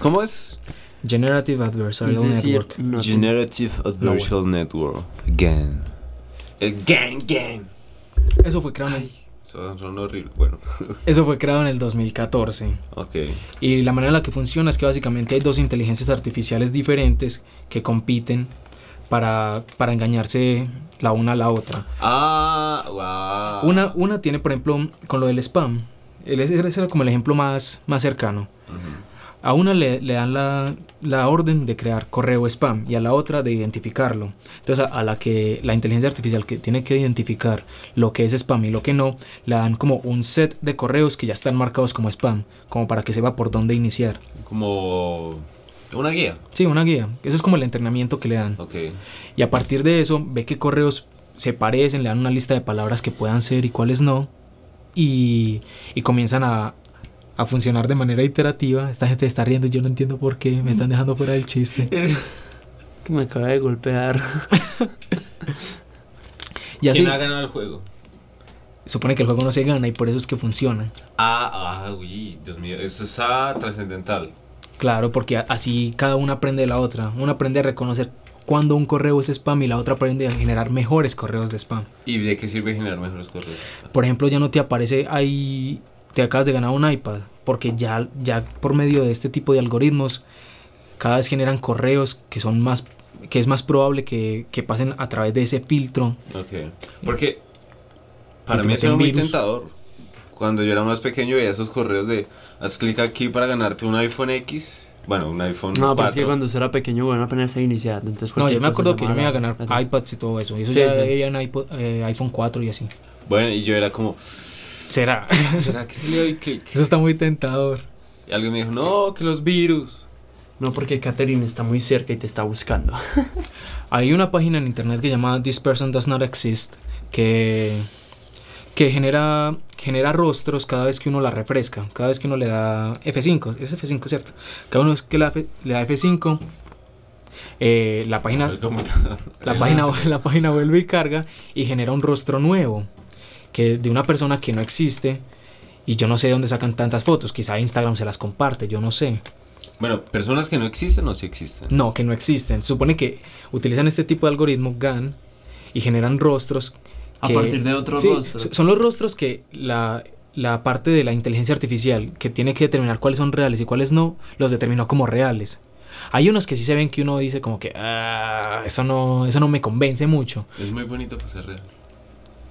Speaker 1: ¿Cómo es?
Speaker 2: Generative
Speaker 3: es
Speaker 2: Adversarial
Speaker 3: decir,
Speaker 2: Network.
Speaker 3: no,
Speaker 1: Generative Adversarial Network. Again. Again, again.
Speaker 2: Eso fue, creado en el,
Speaker 1: Son, son horribles. Bueno,
Speaker 2: eso fue creado en el 2014.
Speaker 1: ok.
Speaker 2: Y la manera en la que funciona es que básicamente hay dos inteligencias artificiales diferentes que compiten para, para engañarse la una a la otra.
Speaker 1: Ah, wow.
Speaker 2: Una, una tiene, por ejemplo, con lo del spam. El- Ese ese era como el ejemplo más, más cercano.
Speaker 1: Ujú.
Speaker 2: A una le, le dan la, la orden de crear correo spam y a la otra de identificarlo. Entonces, a, a la que la inteligencia artificial que tiene que identificar lo que es spam y lo que no, le dan como un set de correos que ya están marcados como spam, como para que sepa por dónde iniciar.
Speaker 1: Como. Una guía.
Speaker 2: Sí, una guía. Ese es como el entrenamiento que le dan.
Speaker 1: Ok.
Speaker 2: Y a partir de eso, ve qué correos se parecen, le dan una lista de palabras que puedan ser y cuáles no. Y, y comienzan a, a funcionar de manera iterativa. Esta gente está riendo, yo no entiendo por qué, me están dejando fuera del chiste.
Speaker 3: que me acaba de golpear.
Speaker 2: Y así,
Speaker 1: ganado el juego?
Speaker 2: supone que el juego no se gana y por eso es que funciona.
Speaker 1: Ah, ah, uy, Dios mío. Eso está trascendental.
Speaker 2: Claro, porque a- así cada una aprende de la otra. Una aprende a reconocer cuando un correo es spam y la otra aprende a generar mejores correos de spam.
Speaker 1: ¿Y de qué sirve generar mejores correos?
Speaker 2: Por ejemplo, ya no te aparece ahí, te acabas de ganar un iPad, porque ya, ya por medio de este tipo de algoritmos, cada vez generan correos que son más, que es más probable que, que pasen a través de ese filtro.
Speaker 1: Ok. Porque para
Speaker 2: te
Speaker 1: mí eso era
Speaker 2: meten
Speaker 1: muy
Speaker 2: virus.
Speaker 1: tentador. Cuando yo era más pequeño veía esos correos de haz clic aquí para ganarte un iPhone X. Bueno, un iPhone
Speaker 3: No, pero
Speaker 1: 4.
Speaker 3: es que cuando usted era pequeño, bueno, apenas está iniciando. Entonces
Speaker 2: No, yo
Speaker 3: cualquier
Speaker 2: me
Speaker 3: cosa
Speaker 2: acuerdo que yo me iba a
Speaker 3: llamaba
Speaker 2: ganar
Speaker 3: la atención.
Speaker 2: iPads y todo eso, y eso
Speaker 3: Sí,
Speaker 2: ya
Speaker 3: sí.
Speaker 2: había en iPod- eh, iPhone 4 y así.
Speaker 1: Bueno, y yo era como,
Speaker 2: (laughs) Será.
Speaker 1: ¿será que se le doy clic?
Speaker 2: Eso está muy tentador.
Speaker 1: Y alguien me dijo, no, que los virus.
Speaker 3: No, porque Katherine está muy cerca y te está buscando.
Speaker 2: Hay una página en internet que llama This Person Does Not Exist que, que genera, genera rostros cada vez que uno la refresca, cada vez que uno le da F5, es F5, ¿cierto? Cada uno que le da, F- le da F5, eh, la página,
Speaker 1: El (laughs) computador.
Speaker 2: la, página, (laughs) la página vuelve y carga y genera un rostro nuevo que de una persona que no existe y yo no sé de dónde sacan tantas fotos, quizá Instagram se las comparte, yo no sé.
Speaker 1: Bueno, personas que no existen o sí existen.
Speaker 2: No, que no existen. Supone que utilizan este tipo de algoritmo GAN y generan rostros.
Speaker 3: A
Speaker 2: que-
Speaker 3: partir de otro
Speaker 2: Sí,
Speaker 3: rostro.
Speaker 2: so- Son los rostros que la, la parte de la inteligencia artificial que tiene que determinar cuáles son reales y cuáles no, los determinó como reales. Hay unos que sí se ven que uno dice como que "Ah, eso no eso no me convence mucho.
Speaker 1: Es muy bonito para ser real.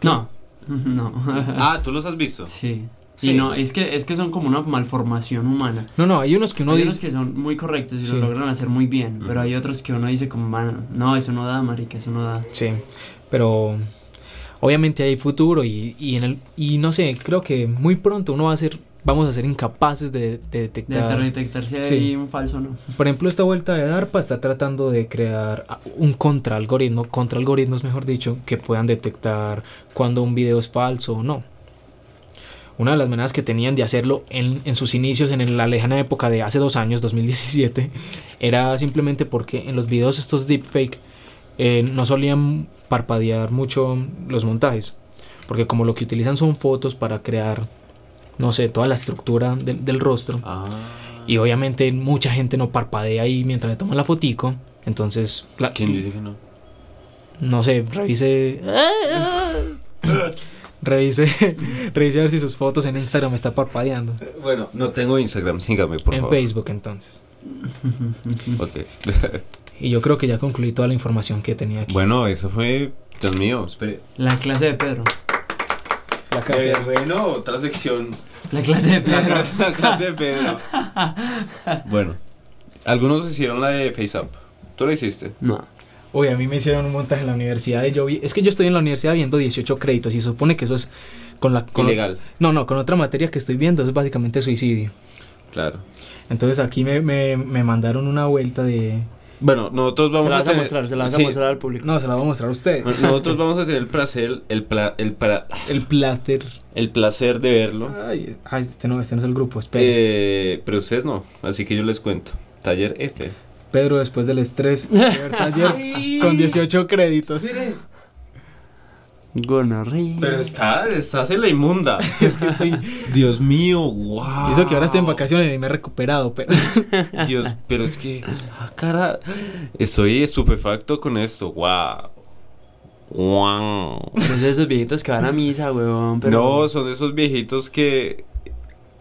Speaker 3: No. No.
Speaker 1: Ah, ¿tú los has visto?
Speaker 3: (laughs) sí.
Speaker 1: Ah. Sí.
Speaker 3: Sí, no, es que, es que son como una malformación humana.
Speaker 2: No, no, hay unos que uno
Speaker 3: hay
Speaker 2: dice.
Speaker 3: unos que son muy correctos y
Speaker 2: Sí.
Speaker 3: lo logran hacer muy bien, pero
Speaker 1: Ujú.
Speaker 3: hay otros que uno dice como, "Man, no, eso no da, marica, eso no da.
Speaker 2: Sí, pero obviamente hay futuro y, y en el y no sé, creo que muy pronto uno va a ser vamos a ser incapaces de, de
Speaker 3: De
Speaker 2: detectar.
Speaker 3: detectarse
Speaker 2: Sí.
Speaker 3: ahí un falso no.
Speaker 2: Por ejemplo, esta vuelta de DARPA está tratando de crear a- un contraalgoritmo, contraalgoritmos mejor dicho, que puedan detectar cuando un video es falso o no. Una de las maneras que tenían de hacerlo en, en sus inicios, en la lejana época de hace dos años, 2017, (laughs) era simplemente porque en los videos estos deepfake eh, no solían parpadear mucho los montajes. Porque como lo que utilizan son fotos para crear, no sé, toda la estructura del- del rostro.
Speaker 1: Ah.
Speaker 2: Y obviamente mucha gente no parpadea ahí mientras le toman la fotico. Entonces, la-
Speaker 1: ¿Quién dice que no?
Speaker 2: no sé,
Speaker 1: (laughs)
Speaker 2: revise. revise, revise a ver si sus fotos en Instagram está parpadeando.
Speaker 1: Bueno, no tengo Instagram, sígame, por
Speaker 2: en
Speaker 1: favor.
Speaker 2: Facebook, entonces.
Speaker 1: Ok. (laughs)
Speaker 2: Y yo creo que ya concluí toda la información que tenía aquí.
Speaker 1: Bueno, eso fue. Dios mío, espere. Eh,
Speaker 3: La clase de Pedro.
Speaker 2: La cartera.
Speaker 1: bueno, otra sección.
Speaker 3: La clase de Pedro.
Speaker 1: La clase de Pedro. bueno, algunos hicieron la de Face Up. ¿Tú la hiciste?
Speaker 3: No.
Speaker 2: Uy, a mí me hicieron un montaje en la universidad y yo vi. Es que yo estoy en la universidad viendo 18 créditos y supone que eso es con la. Con
Speaker 1: Ilegal.
Speaker 2: No, no, con otra materia que estoy viendo es básicamente suicidio.
Speaker 1: Claro.
Speaker 2: Entonces aquí me, me, me mandaron una vuelta de.
Speaker 1: Bueno, nosotros vamos
Speaker 3: Se la vas a
Speaker 1: tener-
Speaker 3: mostrar, se la vas
Speaker 1: Sí.
Speaker 3: a mostrar al público.
Speaker 2: No, se la voy a mostrar a ustedes.
Speaker 1: Nosotros vamos a tener el placer, el pla- el para,
Speaker 2: El pláter.
Speaker 1: el placer de verlo.
Speaker 2: Ay, ay, este no, este no es el grupo, espera.
Speaker 1: Eh, pero ustedes no, así que yo les cuento. Taller F.
Speaker 2: Pedro después
Speaker 1: (laughs)
Speaker 2: del estrés, primer taller, con 18 créditos.
Speaker 3: Gonorrea.
Speaker 1: está, estás en la inmunda.
Speaker 2: (laughs) Es que estoy,
Speaker 1: Dios mío, wow.
Speaker 2: y eso que ahora estoy en vacaciones y me he
Speaker 1: (laughs)
Speaker 2: recuperado, pero
Speaker 1: Dios, pero es que, ah, cara, estoy estupefacto con esto. Wow. Wow.
Speaker 3: Pues esos viejitos que van a misa, weón, pero...
Speaker 1: No, son de esos viejitos que,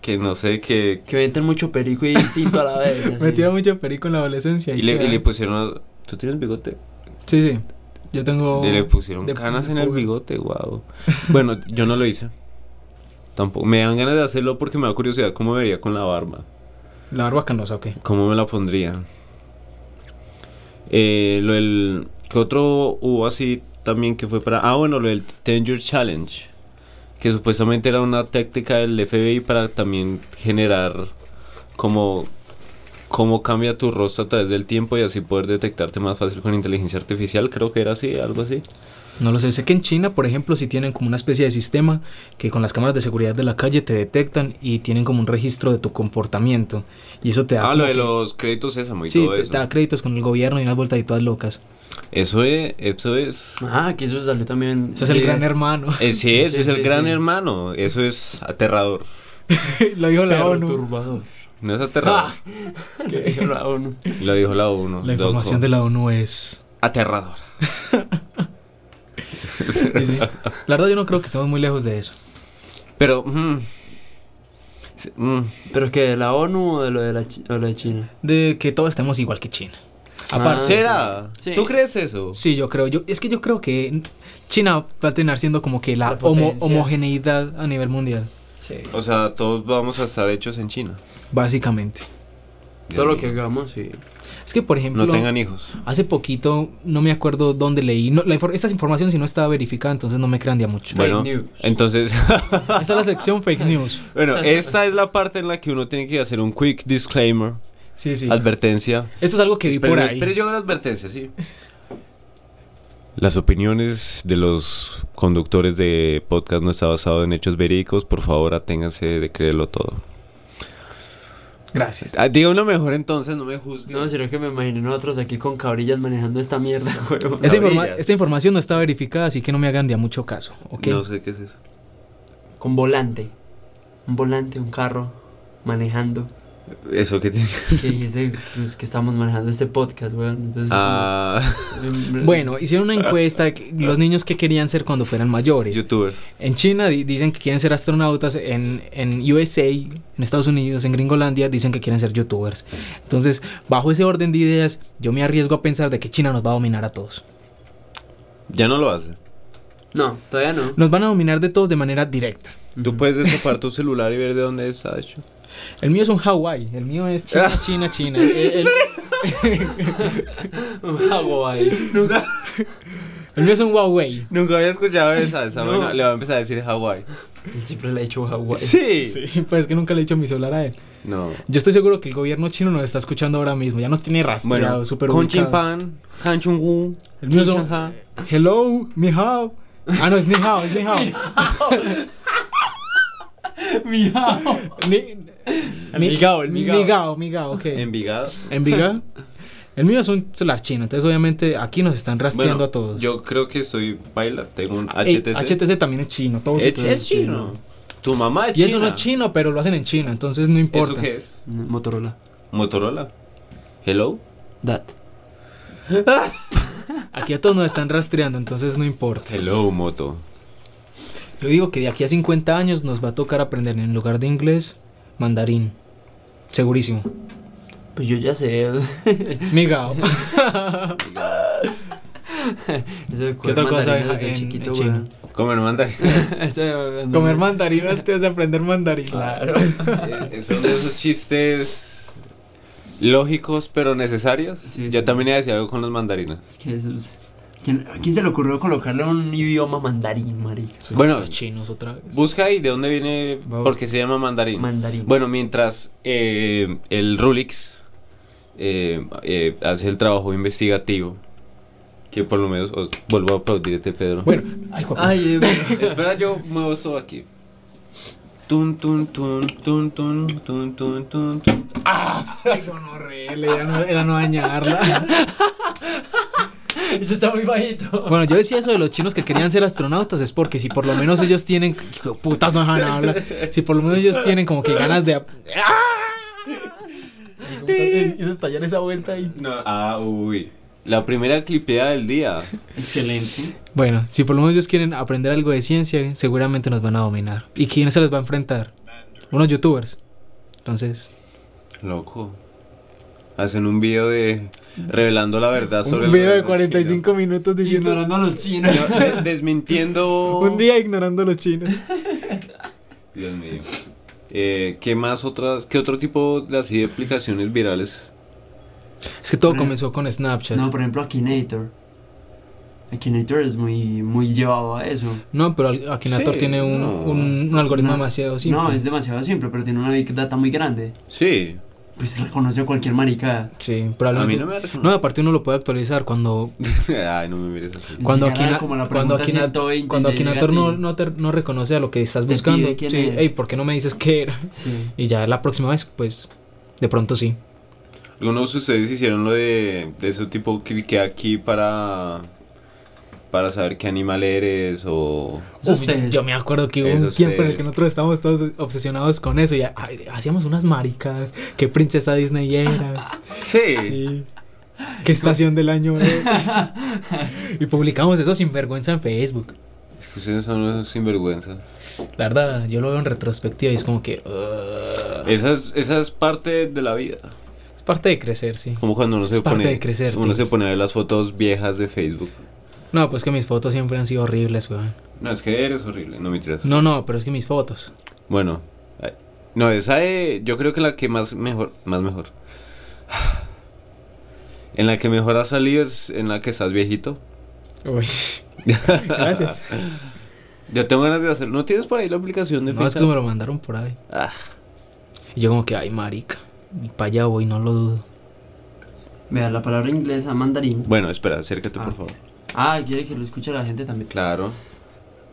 Speaker 1: que no sé, que,
Speaker 3: Que meten mucho perico y tinto a la
Speaker 2: (laughs)
Speaker 3: vez. así.
Speaker 2: me tiro mucho perico en la adolescencia.
Speaker 1: y le, y
Speaker 2: queda.
Speaker 1: le pusieron, ¿tú tienes bigote?
Speaker 2: sí, sí, yo tengo...
Speaker 1: Y le pusieron
Speaker 2: Oh, de-
Speaker 1: canas
Speaker 2: de
Speaker 1: en el
Speaker 2: puberto.
Speaker 1: bigote, wow. Bueno, yo no lo hice. Tampoco. Me dan ganas de hacerlo porque me da curiosidad cómo me vería con la barba.
Speaker 2: La barba canosa, ok.
Speaker 1: ¿Cómo me la pondría? Eh, lo del. ¿Qué otro hubo así también que fue para.? Ah, bueno, lo del Danger Challenge. Que supuestamente era una táctica del FBI para también generar como cómo cambia tu rostro a través del tiempo y así poder detectarte más fácil con inteligencia artificial. Creo que era así, algo así.
Speaker 2: No lo sé, sé que en China, por ejemplo, sí tienen como una especie de sistema que con las cámaras de seguridad de la calle te detectan y tienen como un registro de tu comportamiento. Y eso te da...
Speaker 1: Ah, lo
Speaker 2: como
Speaker 1: de
Speaker 2: que-
Speaker 1: los créditos Sésamo y
Speaker 2: Sí,
Speaker 1: todo
Speaker 2: te-
Speaker 1: eso.
Speaker 2: te da créditos con el gobierno y unas vueltas y todas locas.
Speaker 1: Eso es, eso
Speaker 2: (laughs)
Speaker 1: es.
Speaker 3: Ah, que eso salió también...
Speaker 2: Eso es el
Speaker 3: eh,
Speaker 2: gran hermano. (laughs)
Speaker 1: eh, sí, eso
Speaker 3: Sí,
Speaker 1: es el
Speaker 3: sí,
Speaker 1: gran
Speaker 3: sí.
Speaker 1: hermano. Eso es aterrador.
Speaker 2: lo dijo la ONU.
Speaker 3: Perturbador.
Speaker 1: No es
Speaker 2: Ah.
Speaker 1: (laughs) aterrador.
Speaker 3: Dijo Ah. la ONU.
Speaker 1: Lo dijo la ONU.
Speaker 2: La información
Speaker 1: loco.
Speaker 2: de la ONU es.
Speaker 1: (laughs) Aterrador.
Speaker 2: y sí, La verdad, yo no creo que estemos muy lejos de eso.
Speaker 1: Pero. mm, sí, mm,
Speaker 3: ¿Pero que de la ONU o de lo de, la chi- o lo de China?
Speaker 2: De que todos estemos igual que China. Aparte.
Speaker 3: Ah,
Speaker 1: ¿Será?
Speaker 3: sí.
Speaker 1: ¿Tú
Speaker 3: Sí.
Speaker 1: crees eso?
Speaker 2: Sí, yo creo. Yo, es que yo creo que China va a terminar siendo como que la,
Speaker 3: La
Speaker 2: homo-
Speaker 3: potencia.
Speaker 2: homogeneidad a nivel mundial.
Speaker 3: Sí.
Speaker 1: O sea, todos vamos a estar hechos en China.
Speaker 2: Básicamente.
Speaker 3: Todo lo
Speaker 1: Dios
Speaker 3: que
Speaker 1: mío.
Speaker 3: hagamos, sí.
Speaker 2: Es que, por ejemplo.
Speaker 1: No tengan hijos.
Speaker 2: Hace poquito, no me acuerdo dónde leí. No, la infor- esta información, si no estaba verificada, entonces no me crean de a mucho.
Speaker 3: Fake
Speaker 1: Bueno,
Speaker 3: news.
Speaker 1: entonces. (laughs)
Speaker 2: Esta es la sección fake news.
Speaker 1: bueno, esta es la parte en la que uno tiene que hacer un quick disclaimer,
Speaker 2: Sí, sí.
Speaker 1: advertencia.
Speaker 2: Esto es algo que vi
Speaker 1: Espere,
Speaker 2: por ahí.
Speaker 1: espere, yo hago la advertencia, sí. Las opiniones de los conductores de podcast no está basado en hechos verídicos. Por favor, aténganse de creerlo todo.
Speaker 2: Gracias.
Speaker 1: Ah, diga uno mejor entonces, no me juzguen.
Speaker 3: No, sino que me imaginé nosotros aquí con cabrillas manejando esta mierda, (laughs) weón.
Speaker 2: Esta, informa-
Speaker 1: Cabrillas.
Speaker 2: esta información no está verificada, así que no me hagan de a mucho caso, ¿ok?
Speaker 1: No sé qué es eso.
Speaker 3: Con volante. Un volante, un carro, manejando.
Speaker 1: Eso que tiene.
Speaker 3: que dijiste pues, que estamos manejando este podcast, weón. Entonces, mm,
Speaker 1: Ah,
Speaker 3: como-
Speaker 2: Bueno, hicieron una encuesta de que- los niños que querían ser cuando fueran mayores.
Speaker 1: youtuber.
Speaker 2: En China di- dicen que quieren ser astronautas, en, en USA, en Estados Unidos, en Gringolandia dicen que quieren ser youtubers. Entonces, bajo ese orden de ideas, yo me arriesgo a pensar de que China nos va a dominar a todos.
Speaker 1: Ya no lo hace.
Speaker 3: No, Mm. todavía no.
Speaker 2: Nos van a dominar de todos de manera directa.
Speaker 1: Tú puedes destapar tu celular y ver de dónde está hecho.
Speaker 2: El mío es un Hawái. El mío es China, China, China. Eh, El,
Speaker 3: (laughs)
Speaker 2: (laughs)
Speaker 3: Hawái.
Speaker 2: el mío es un Huawei.
Speaker 1: Nunca había escuchado esa. esa
Speaker 3: No.
Speaker 1: vaina. Le va a empezar a decir Hawái.
Speaker 3: Él siempre le ha dicho Hawái.
Speaker 1: Sí.
Speaker 2: Sí, pues es que nunca le he dicho mi celular a él.
Speaker 1: No.
Speaker 2: Yo estoy seguro que el gobierno chino nos está escuchando ahora mismo. Ya nos tiene rastreado,
Speaker 1: Bueno,
Speaker 2: súper
Speaker 1: Con
Speaker 2: ubicados.
Speaker 1: Chimpan, Han Chung-woo,
Speaker 2: El mío es
Speaker 1: Kim
Speaker 2: un-
Speaker 1: Chang-ha.
Speaker 2: Hello, mi hao. Ah, no, es ni hao, es ni
Speaker 1: (laughs)
Speaker 2: hao.
Speaker 3: Mi
Speaker 2: Ni- mi-
Speaker 3: Migao, el
Speaker 2: mi-
Speaker 3: migao.
Speaker 2: migao, migao, ok.
Speaker 1: Envigado.
Speaker 2: Envigado. El mío es un celular chino, entonces obviamente aquí nos están rastreando
Speaker 1: Bueno,
Speaker 2: a todos.
Speaker 1: Yo creo que soy baila, tengo un
Speaker 2: Ey,
Speaker 1: HTC.
Speaker 2: HTC también es chino, todos
Speaker 1: Es,
Speaker 2: ustedes
Speaker 1: es
Speaker 2: son
Speaker 1: chino. Tu mamá es
Speaker 2: Y
Speaker 1: china.
Speaker 2: eso no es chino, pero lo hacen en China, entonces no importa.
Speaker 1: ¿Eso qué es?
Speaker 3: Motorola.
Speaker 1: Motorola. Hello.
Speaker 3: That.
Speaker 2: Aquí a todos nos están rastreando, entonces no importa.
Speaker 1: Hello, moto.
Speaker 2: Yo digo que de aquí a 50 años nos va a tocar aprender en lugar de inglés, mandarín. Segurísimo.
Speaker 3: Pues yo ya sé. Eso
Speaker 2: (laughs) Migao.
Speaker 3: de
Speaker 2: ¿Qué otra
Speaker 3: comer
Speaker 2: cosa
Speaker 3: mandarinas
Speaker 2: en-
Speaker 3: desde
Speaker 2: en
Speaker 3: chiquito,
Speaker 2: China?
Speaker 3: weón.
Speaker 1: Como me
Speaker 2: (laughs)
Speaker 1: manda.
Speaker 3: Eso de-
Speaker 2: Comer mandarín antes de aprender mandarín.
Speaker 3: Claro.
Speaker 1: (laughs) Eh, Son de esos chistes lógicos pero necesarios.
Speaker 3: Sí,
Speaker 1: Yo
Speaker 3: sí.
Speaker 1: también iba a decir algo con los mandarinas.
Speaker 3: (laughs) Es que eso es... ¿Quién, ¿A quién se le ocurrió colocarle un idioma mandarín, marica?
Speaker 2: Sí,
Speaker 1: Bueno.
Speaker 2: los chinos otra vez.
Speaker 1: Busca ahí de dónde viene,
Speaker 3: Vamos.
Speaker 1: porque se llama mandarín.
Speaker 3: Mandarín.
Speaker 1: Bueno, mientras eh, el Rulix eh, eh, hace el trabajo investigativo, que por lo menos os vuelvo a aplaudir este Pedro.
Speaker 2: Bueno, ay, guapo.
Speaker 3: Ay, eh, (laughs) bueno.
Speaker 1: Espera, yo muevo esto aquí. Tun, tun, tun, tun, tun, tun, tun, tun, tun.
Speaker 2: Ay, gonorrele, era no, era no dañarla.
Speaker 3: Eso está muy bajito.
Speaker 2: (laughs) Bueno, yo decía eso de los chinos que querían ser astronautas es porque si por lo menos ellos tienen hijo de putas no dejan hablar. Si por lo menos ellos tienen como que ganas de
Speaker 3: eh,
Speaker 2: y se estallan esa vuelta ahí.
Speaker 1: Ah, uy. La primera clipeada del día.
Speaker 3: Excelente.
Speaker 2: Bueno, si por lo menos ellos quieren aprender algo de ciencia, seguramente nos van a dominar. ¿Y quién se les va a enfrentar? Unos youtubers. Entonces,
Speaker 1: Loco. Hacen un video de revelando la verdad sobre el gobierno
Speaker 2: minutos
Speaker 3: Pues Ignorando a los chinos.
Speaker 1: chino. (laughs) Yo, de- (laughs) desmintiendo
Speaker 2: día ignorando a los chinos.
Speaker 1: Dios mío. Eh, ¿Qué más otras? ¿Qué otro tipo de así de aplicaciones virales?
Speaker 2: (laughs) Es que todo
Speaker 3: Por
Speaker 2: comenzó
Speaker 3: ejemplo-
Speaker 2: con Snapchat.
Speaker 3: No,
Speaker 2: No,
Speaker 3: por ejemplo, Akinator. Akinator es muy, muy llevado a eso.
Speaker 2: pero al- Akinator
Speaker 1: Sí,
Speaker 2: tiene un,
Speaker 1: no.
Speaker 2: un- un algoritmo
Speaker 3: No.
Speaker 2: demasiado simple.
Speaker 3: No, es demasiado simple, pero tiene una big data muy grande.
Speaker 1: Sí.
Speaker 3: Pues reconoce cualquier maricada.
Speaker 2: Sí,
Speaker 1: A mí
Speaker 2: probablemente.
Speaker 1: no me
Speaker 2: No, aparte uno lo puede actualizar cuando
Speaker 1: (laughs) Ay, no me mires así.
Speaker 2: cuando
Speaker 3: Llegará
Speaker 2: Akina-
Speaker 3: como la
Speaker 2: cuando
Speaker 3: pregunta
Speaker 2: Akina-
Speaker 3: 120
Speaker 2: cuando
Speaker 3: y llega
Speaker 2: Akinator
Speaker 3: a ti.
Speaker 2: no, no, te- no reconoce a lo que estás
Speaker 3: Te
Speaker 2: buscando.
Speaker 3: pide quién
Speaker 2: sí,
Speaker 3: es.
Speaker 2: "Ey, ¿por qué no me dices qué era?
Speaker 3: Sí.
Speaker 2: Y ya la próxima vez, pues, de pronto sí.
Speaker 1: Algunos de ustedes hicieron lo de, de ese tipo clique aquí para para saber qué animal eres o
Speaker 3: Esos
Speaker 2: Uf,
Speaker 3: test.
Speaker 2: yo me acuerdo que hubo un
Speaker 1: Esos
Speaker 2: tiempo en el que
Speaker 1: test.
Speaker 2: nosotros estábamos todos obsesionados con eso y ay, hacíamos unas maricas, qué princesa Disney eras,
Speaker 1: sí.
Speaker 2: sí, qué estación del año era. y publicamos eso sin vergüenza en Facebook.
Speaker 1: Es que ustedes son unos sinvergüenzas.
Speaker 2: La verdad, yo lo veo en retrospectiva y es como que uh,
Speaker 1: Esa es, esa es parte de la vida.
Speaker 2: es parte de crecer, sí.
Speaker 1: Como cuando uno se
Speaker 2: Es parte
Speaker 1: pone
Speaker 2: de crecer,
Speaker 1: uno
Speaker 2: tío.
Speaker 1: se pone a ver las fotos viejas de Facebook.
Speaker 2: No, pues que mis fotos siempre han sido horribles, weón.
Speaker 1: No, es que eres horrible, no me tiras.
Speaker 2: No, no, pero es que mis fotos.
Speaker 1: Bueno, eh, no, esa de- yo creo que la que más mejor, más mejor. (sighs) En la que mejor has salido es en la que estás viejito.
Speaker 2: Uy. (laughs) Gracias.
Speaker 1: Yo tengo ganas de hacer. ¿No tienes por ahí la aplicación de
Speaker 2: No, es que
Speaker 1: FaceApp?
Speaker 2: me lo mandaron por ahí.
Speaker 1: Ah.
Speaker 2: Y yo como que, ay, marica. Y para allá voy, no lo dudo.
Speaker 3: Vea, la palabra inglesa, mandarín.
Speaker 1: Bueno, espera, acércate,
Speaker 3: Ah.
Speaker 1: por favor.
Speaker 3: Ah, quiere que lo escuche la gente también.
Speaker 1: Claro.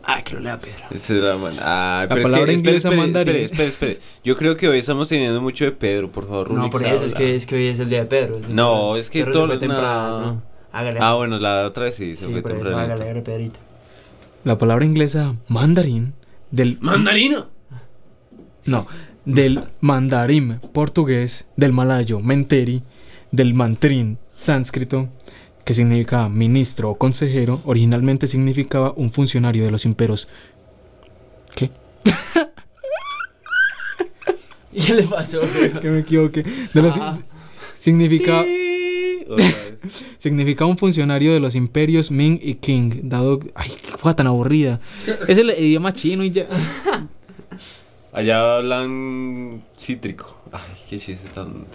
Speaker 3: Ah, que lo lea Pedro.
Speaker 1: Esa es la man- Ah,
Speaker 2: La
Speaker 1: pero es
Speaker 2: palabra
Speaker 1: que- espere,
Speaker 2: inglesa
Speaker 1: espere,
Speaker 2: mandarín.
Speaker 1: Espere, espere, espere. Yo creo que hoy estamos teniendo mucho de Pedro, por favor.
Speaker 3: No,
Speaker 1: Rubik,
Speaker 3: por eso es
Speaker 1: habla.
Speaker 3: que, es que hoy es el día de Pedro. el
Speaker 1: No,
Speaker 3: Pedro.
Speaker 1: es que
Speaker 3: Pedro
Speaker 1: todo-
Speaker 3: se fue
Speaker 1: no.
Speaker 3: temprano. Hágale.
Speaker 1: Ah, bueno, la otra vez sí, se
Speaker 3: sí,
Speaker 1: fue
Speaker 3: por eso,
Speaker 1: tempranito.
Speaker 3: hágale, hágale, Pedrito. (laughs)
Speaker 2: La palabra inglesa mandarín del...
Speaker 1: ¡Mandarina!
Speaker 2: No, del mandarín portugués, del malayo menteri, del mantrín sánscrito, que significa ministro o consejero, originalmente significaba un funcionario de los imperos. ¿Qué?
Speaker 3: ¿Y qué le pasó?
Speaker 2: Que me equivoqué. De los...
Speaker 3: Ah.
Speaker 2: Significa...
Speaker 1: Otra vez.
Speaker 2: Significa un funcionario de los imperios Ming y Qing, dado... Ay, qué cosa tan aburrida. Es el idioma chino y ya.
Speaker 1: Allá hablan cítrico. Ay, qué chiste tan.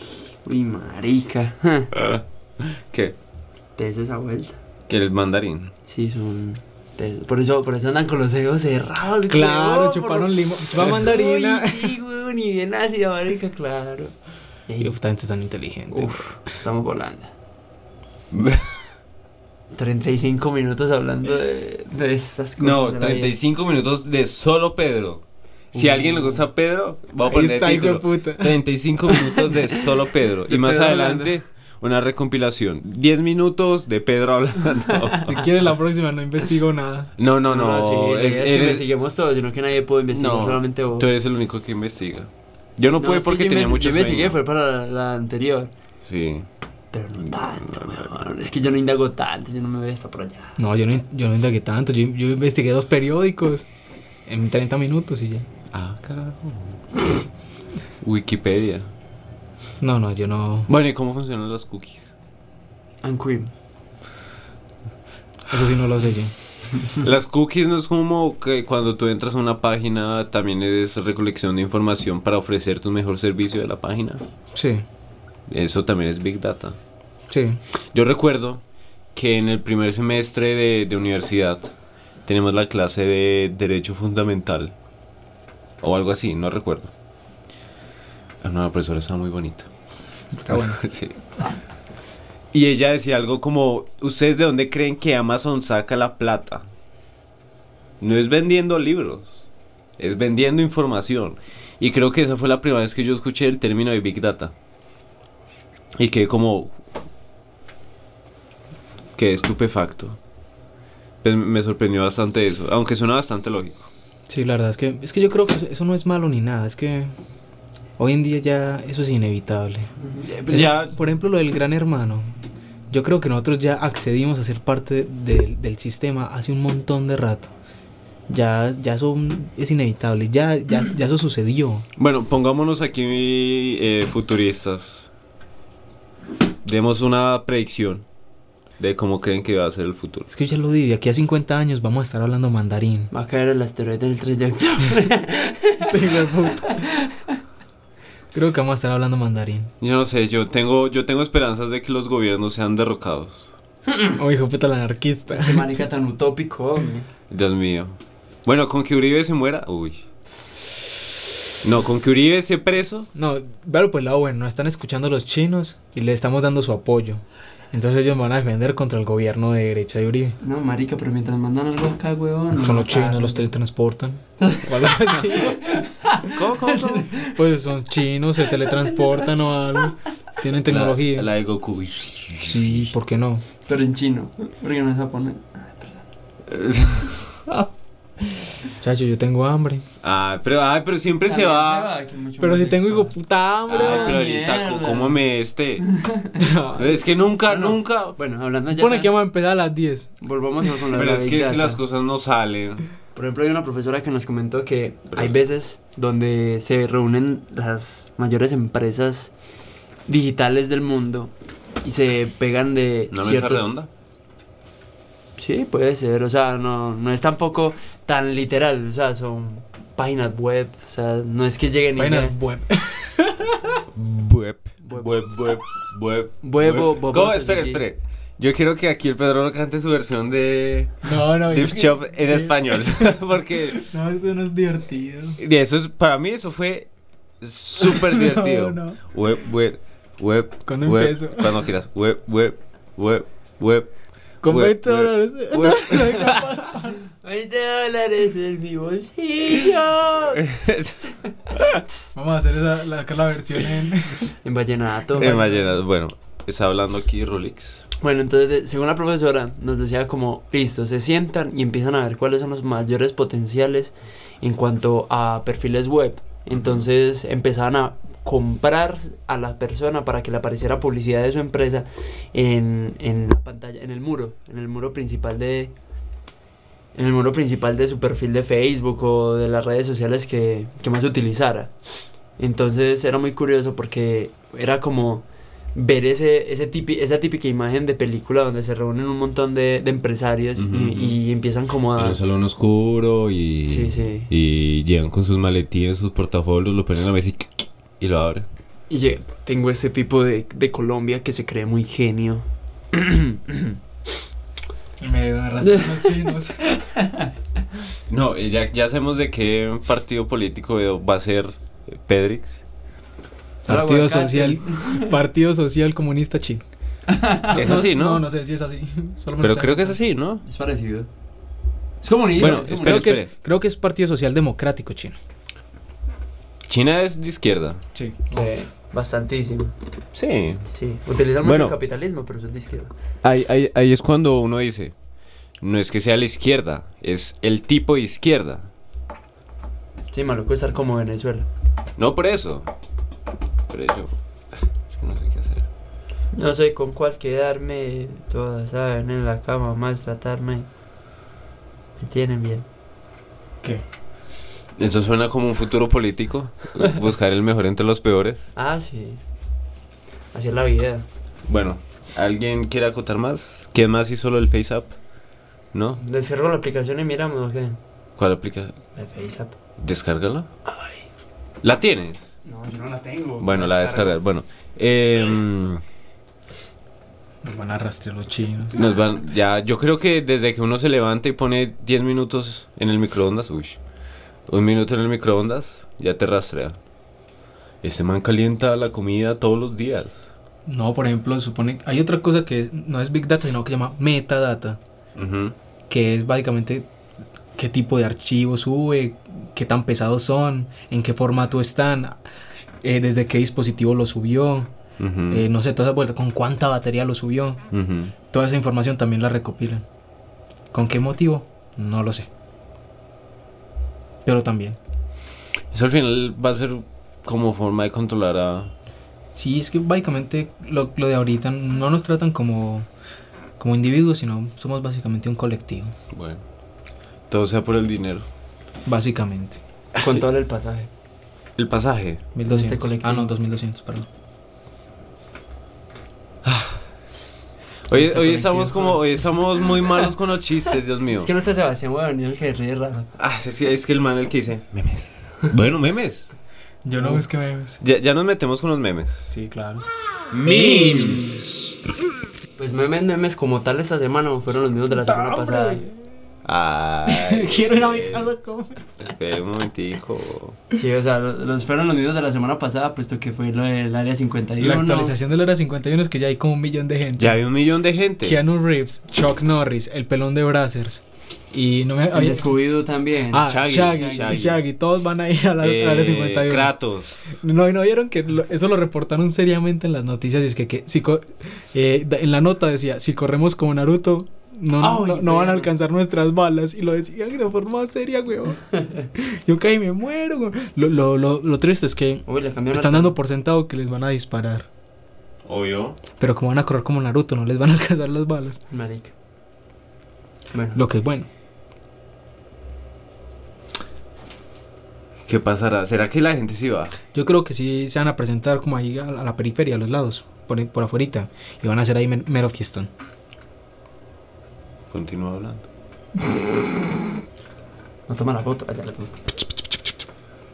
Speaker 3: Uy, marica.
Speaker 1: ¿Qué?
Speaker 3: Te des esa vuelta.
Speaker 1: Que el mandarín.
Speaker 3: Sí, son. te- Por eso, por eso andan con los ojos cerrados.
Speaker 2: Claro,
Speaker 3: huevón,
Speaker 2: chuparon
Speaker 3: por-
Speaker 2: limón. Va mandarina.
Speaker 3: Uy, sí, huevón, y bien ácida, marica, claro.
Speaker 2: Y
Speaker 3: Ey,
Speaker 2: esta gente es tan inteligente.
Speaker 3: Uf, estamos volando. 35 minutos hablando de, de estas cosas.
Speaker 1: No,
Speaker 3: de la vida.
Speaker 1: 35 minutos de solo Pedro. Si a alguien le gusta Pedro, va a
Speaker 2: Ahí
Speaker 1: poner
Speaker 2: está, hijo de
Speaker 1: título.
Speaker 2: puta.
Speaker 1: 35 minutos de solo Pedro.
Speaker 3: De
Speaker 1: Y más
Speaker 3: Pedro
Speaker 1: adelante, una recompilación. 10 minutos de Pedro
Speaker 3: (laughs)
Speaker 1: hablando.
Speaker 2: Si quieres la próxima no investigo nada.
Speaker 1: No, no, no.
Speaker 3: sí, la
Speaker 1: es-
Speaker 3: idea es que
Speaker 1: eres-
Speaker 3: investiguemos todos, sino que nadie puede investigar,
Speaker 1: No,
Speaker 3: solamente vos.
Speaker 1: tú eres el único que investiga. Yo no,
Speaker 3: No,
Speaker 1: pude
Speaker 3: es que
Speaker 1: porque
Speaker 3: yo
Speaker 1: tenía
Speaker 3: inves-
Speaker 1: mucho
Speaker 3: Yo investigué,
Speaker 1: sueño.
Speaker 3: fue para la, la anterior.
Speaker 1: Sí.
Speaker 3: Pero no tanto,
Speaker 1: no, no,
Speaker 3: huevón, Es que yo no indago tanto, yo no me voy hasta por allá.
Speaker 2: No, yo no, in- yo no indagué tanto. Yo, yo investigué dos periódicos en 30 minutos y ya.
Speaker 1: Ah, carajo. Wikipedia.
Speaker 2: No, no, yo no.
Speaker 1: Bueno, ¿y cómo funcionan los
Speaker 3: (laughs)
Speaker 1: cookies?
Speaker 3: And cream.
Speaker 2: Eso sí no lo sé yo.
Speaker 1: Las cookies no es como que cuando tú entras a una página también es recolección de información para ofrecer tu mejor servicio de la página.
Speaker 2: Sí,
Speaker 1: Eso también es Big Data.
Speaker 2: sí.
Speaker 1: Yo recuerdo que en el primer semestre de, de universidad tenemos la clase de Derecho Fundamental o algo así, no recuerdo. Ah, No, la profesora estaba muy bonita. Ah.
Speaker 2: Está bueno.
Speaker 1: (laughs) Sí. Y ella decía algo como, ¿ustedes de dónde creen que Amazon saca la plata? No es vendiendo libros, es vendiendo información. Y creo que esa fue la primera vez que yo escuché el término de Big Data. Y quedé como... Quedé estupefacto. Pues me sorprendió bastante eso, aunque suena bastante lógico.
Speaker 2: Sí, la verdad es que es que yo creo que eso- eso no es malo ni nada, es que hoy en día ya eso es inevitable. Eh,
Speaker 1: Ya-
Speaker 2: por ejemplo, lo del Gran Hermano. Yo creo que nosotros ya accedimos a ser parte del- del sistema hace un montón de rato. Ya ya eso es inevitable, ya ya, ya eso sucedió.
Speaker 1: Bueno, pongámonos aquí eh, futuristas. Demos una predicción de cómo creen que va a ser el futuro.
Speaker 2: Es que yo ya lo di, de aquí a 50 años vamos a estar hablando mandarín.
Speaker 3: Va a caer el asteroide el 3 de
Speaker 1: (laughs)
Speaker 3: octubre.
Speaker 2: (laughs) Creo que vamos a estar hablando mandarín.
Speaker 1: Yo no sé, yo tengo, yo tengo esperanzas de que los gobiernos sean derrocados.
Speaker 2: Oh, hijo puta, el anarquista.
Speaker 3: Qué marica tan utópico, hombre.
Speaker 1: Dios mío. Bueno, con que Uribe se muera, uy. No, con que Uribe se
Speaker 3: (laughs)
Speaker 1: preso.
Speaker 2: No, claro, pues lado bueno, no están escuchando los chinos y le estamos dando su apoyo. Entonces ellos me van a defender contra el gobierno de derecha de Uribe.
Speaker 3: No, marica, pero mientras mandan algo acá, huevón.
Speaker 2: Son
Speaker 3: no
Speaker 2: los chinos, los teletransportan. O algo así.
Speaker 1: ¿Cómo, cómo, cómo?
Speaker 2: Pues son chinos, se teletransportan o algo. Tienen tecnología.
Speaker 1: La, la de Goku.
Speaker 2: Sí, ¿por qué no?
Speaker 3: Pero en chino. Porque no es japonés.
Speaker 2: Chacho, yo tengo hambre.
Speaker 1: Ah, pero, ay, pero siempre se
Speaker 3: También
Speaker 1: va.
Speaker 3: que mucho
Speaker 2: Pero
Speaker 3: más
Speaker 2: si tengo hijo
Speaker 3: sexual.
Speaker 2: puta
Speaker 1: Ay,
Speaker 2: hambre.
Speaker 1: pero
Speaker 3: Ah,
Speaker 1: ahorita,
Speaker 3: mierda.
Speaker 1: cómame este.
Speaker 2: Se
Speaker 1: Es que nunca,
Speaker 3: No, no.
Speaker 1: nunca,
Speaker 3: Bueno,
Speaker 2: (laughs)
Speaker 3: hablando ya.
Speaker 2: supone que vamos a empezar a las 10.
Speaker 3: Volvamos a- con la
Speaker 1: Pero
Speaker 3: la
Speaker 1: es
Speaker 3: Big
Speaker 1: que
Speaker 3: Data.
Speaker 1: si las cosas no salen.
Speaker 3: Por ejemplo, hay una profesora que nos comentó que hay veces donde se reúnen las mayores empresas digitales del mundo y se pegan de
Speaker 1: ¿No me está
Speaker 3: cierto
Speaker 1: redonda?
Speaker 3: Sí, puede ser, o sea, no no es tampoco tan literal, o sea, son páginas web, o sea, no es que lleguen y
Speaker 2: Vainas
Speaker 3: vean-
Speaker 2: web.
Speaker 1: Web.
Speaker 3: Web.
Speaker 1: Web, web, web.
Speaker 3: Huevo,
Speaker 1: web.
Speaker 3: bobo,
Speaker 1: ¿Cómo? Espere,
Speaker 3: saludí.
Speaker 1: espere. Yo quiero que aquí el Pedro no cante su versión de
Speaker 2: No, no.
Speaker 1: Deep
Speaker 2: es que-
Speaker 1: Shop en
Speaker 2: que-
Speaker 1: español. (laughs) Porque
Speaker 2: No, esto no es divertido.
Speaker 1: y eso es, para mí eso fue súper divertido.
Speaker 2: (laughs) No, no.
Speaker 1: Web, web, web.
Speaker 2: ¿Cuándo
Speaker 1: web,
Speaker 2: empiezo?
Speaker 1: Cuando quieras. Web, web, web, web.
Speaker 2: Con
Speaker 1: web,
Speaker 2: 20
Speaker 1: web,
Speaker 2: dólares. (laughs)
Speaker 1: web.
Speaker 3: 20 dólares es
Speaker 1: (laughs)
Speaker 3: mi bolsillo.
Speaker 2: (laughs) Vamos a hacer esa, la, acá la versión en.
Speaker 3: En vallenato.
Speaker 1: En vallenato, Bueno, está hablando aquí Rolix.
Speaker 3: Bueno, entonces, de- según la profesora, nos decía como, listo, se sientan y empiezan a ver cuáles son los mayores potenciales en cuanto a perfiles web. Entonces empezaban a comprar a la persona para que le apareciera publicidad de su empresa en, en la pantalla, en el muro, en el muro principal de... En el muro principal de su perfil de Facebook o de las redes sociales que, que más utilizara. Entonces era muy curioso porque era como ver ese, ese tipi- esa típica imagen de película donde se reúnen un montón de, de empresarios y-
Speaker 1: Ujú, ujú.
Speaker 3: y, empiezan como
Speaker 1: En
Speaker 3: a...
Speaker 1: un salón oscuro y,
Speaker 3: Sí, sí.
Speaker 1: y llegan con sus maletines, sus portafolios, lo ponen a la mesa y, y lo abren.
Speaker 3: Y ye- tengo este tipo de, de Colombia que se cree muy genio.
Speaker 2: Me arrastran los chinos.
Speaker 1: No, eh, ya, ya sabemos de qué partido político va a ser eh,
Speaker 2: (laughs)
Speaker 1: Pedrix.
Speaker 2: (laughs) Partido
Speaker 3: Aguacates.
Speaker 2: Social, Partido Social Comunista Chino.
Speaker 1: Es así, ¿no?
Speaker 2: No, no sé si es así. (laughs) Solo me lo
Speaker 1: Pero
Speaker 2: está-
Speaker 1: creo que es así, ¿no?
Speaker 3: Es parecido. Es comunista.
Speaker 1: Bueno,
Speaker 3: es
Speaker 1: espera,
Speaker 3: comunista.
Speaker 2: Creo que, es,
Speaker 1: espere.
Speaker 2: creo que es Partido Social Democrático Chino.
Speaker 1: China es de izquierda.
Speaker 2: Sí.
Speaker 3: Sí, bastantísimo.
Speaker 1: Sí.
Speaker 3: Sí. Utilizan
Speaker 1: Bueno.
Speaker 3: mucho el capitalismo, pero eso es de izquierda.
Speaker 1: Ahí, ahí, ahí es cuando uno dice, no es que sea la izquierda, es el tipo de izquierda.
Speaker 3: Sí, maluco estar como Venezuela.
Speaker 1: No por eso. Pero yo... Es que no sé qué hacer.
Speaker 3: No sé con cuál quedarme. Todas saben en la cama maltratarme. Me tienen bien.
Speaker 2: ¿Qué?
Speaker 1: Eso suena como un futuro político. (laughs) Buscar el mejor entre los peores.
Speaker 3: Ah, sí. Así es la vida.
Speaker 1: Bueno, ¿alguien quiere acotar más? ¿Quién más hizo lo del Face Up? ¿No?
Speaker 3: Le cierro la aplicación y miramos, ¿o qué?
Speaker 1: ¿Cuál aplica?
Speaker 3: La FaceApp.
Speaker 1: ¿Descárgala? ¿La tienes?
Speaker 3: No, yo no la tengo.
Speaker 1: Bueno, la descargar. Bueno, em,
Speaker 2: Nos van a arrastrar los chinos.
Speaker 1: nos van. Ya, yo creo que desde que uno se levanta y pone 10 minutos en el microondas, uy, un minuto en el microondas, ya te rastrea. Ese man calienta la comida todos los días.
Speaker 2: No, por ejemplo, supone hay otra cosa que es- no es Big Data, sino que se llama Metadata,
Speaker 1: Ujú.
Speaker 2: que es básicamente qué tipo de archivos sube, qué tan pesados son, en qué formato están, eh, desde qué dispositivo lo subió,
Speaker 1: Ujú.
Speaker 2: eh, no sé, toda esa vuelta, con cuánta batería lo subió.
Speaker 1: Ujú.
Speaker 2: Toda esa información también la recopilan. ¿Con qué motivo? No lo sé. Pero también.
Speaker 1: Eso al final va a ser como forma de controlar a...
Speaker 2: Sí, es que básicamente lo, lo de ahorita no nos tratan como, como individuos, sino somos básicamente un colectivo.
Speaker 1: Bueno. Todo sea por el dinero.
Speaker 2: Básicamente.
Speaker 3: Con todo el pasaje.
Speaker 1: El pasaje.
Speaker 2: 1200.
Speaker 3: Este colectivo.
Speaker 2: ah, no, 2200, perdón.
Speaker 1: Hoy,
Speaker 3: Este
Speaker 1: hoy
Speaker 3: colectivo.
Speaker 1: estamos como... Hoy estamos muy malos con los chistes, Dios mío.
Speaker 3: Es que no está Sebastián, weón, y el que ríe raro.
Speaker 1: Ah, es que, es que el man el que dice... Memes. Bueno, memes.
Speaker 2: Yo no busqué memes.
Speaker 1: Ya, ya nos metemos con los memes.
Speaker 2: Sí, claro.
Speaker 1: Memes.
Speaker 3: Pues memes, memes como tal esta semana o fueron los mismos de la semana pasada.
Speaker 1: Ay,
Speaker 2: Quiero ir a mi casa a comer.
Speaker 1: espera un momentico.
Speaker 3: Sí, o sea, lo- los, fueron los mismos de la semana pasada, puesto que fue lo del área 51.
Speaker 2: La actualización del era 51 es que ya hay como un millón de gente.
Speaker 1: Ya hay un millón de gente.
Speaker 2: Keanu Reeves, Chuck Norris, el pelón de Brazzers. Y no me
Speaker 3: El
Speaker 2: había
Speaker 3: descubido también.
Speaker 2: Ah,
Speaker 1: Shaggy,
Speaker 2: Shaggy, Shaggy,
Speaker 1: Shaggy.
Speaker 2: todos van a ir a la
Speaker 1: Eh,
Speaker 2: área 51.
Speaker 1: Kratos.
Speaker 2: No, y no vieron que lo- eso lo reportaron seriamente en las noticias. Y es que, que si co- eh, da- en la nota decía: si corremos como Naruto, no, no-
Speaker 3: Ay,
Speaker 2: no- no van a
Speaker 3: vean.
Speaker 2: alcanzar nuestras balas. Y lo decían de forma seria, (laughs) weón. Yo caí, me muero, weón. Lo, lo, lo, lo triste es que
Speaker 3: Uy, le cambiaron.
Speaker 2: están
Speaker 3: el-
Speaker 2: dando por sentado que les van a disparar.
Speaker 1: Obvio.
Speaker 2: Pero como van a correr como Naruto, no les van a (laughs) alcanzar las balas.
Speaker 3: Marica. Bueno,
Speaker 2: Lo que es bueno.
Speaker 1: ¿Qué pasará? ¿Será que la gente sí va?
Speaker 2: Yo creo que sí se van a presentar como ahí a la, a la periferia, a los lados, por, ahí- por afuerita. Y van a hacer ahí men- mero fiestón.
Speaker 1: Continúa hablando.
Speaker 3: no toma la foto. allá la foto.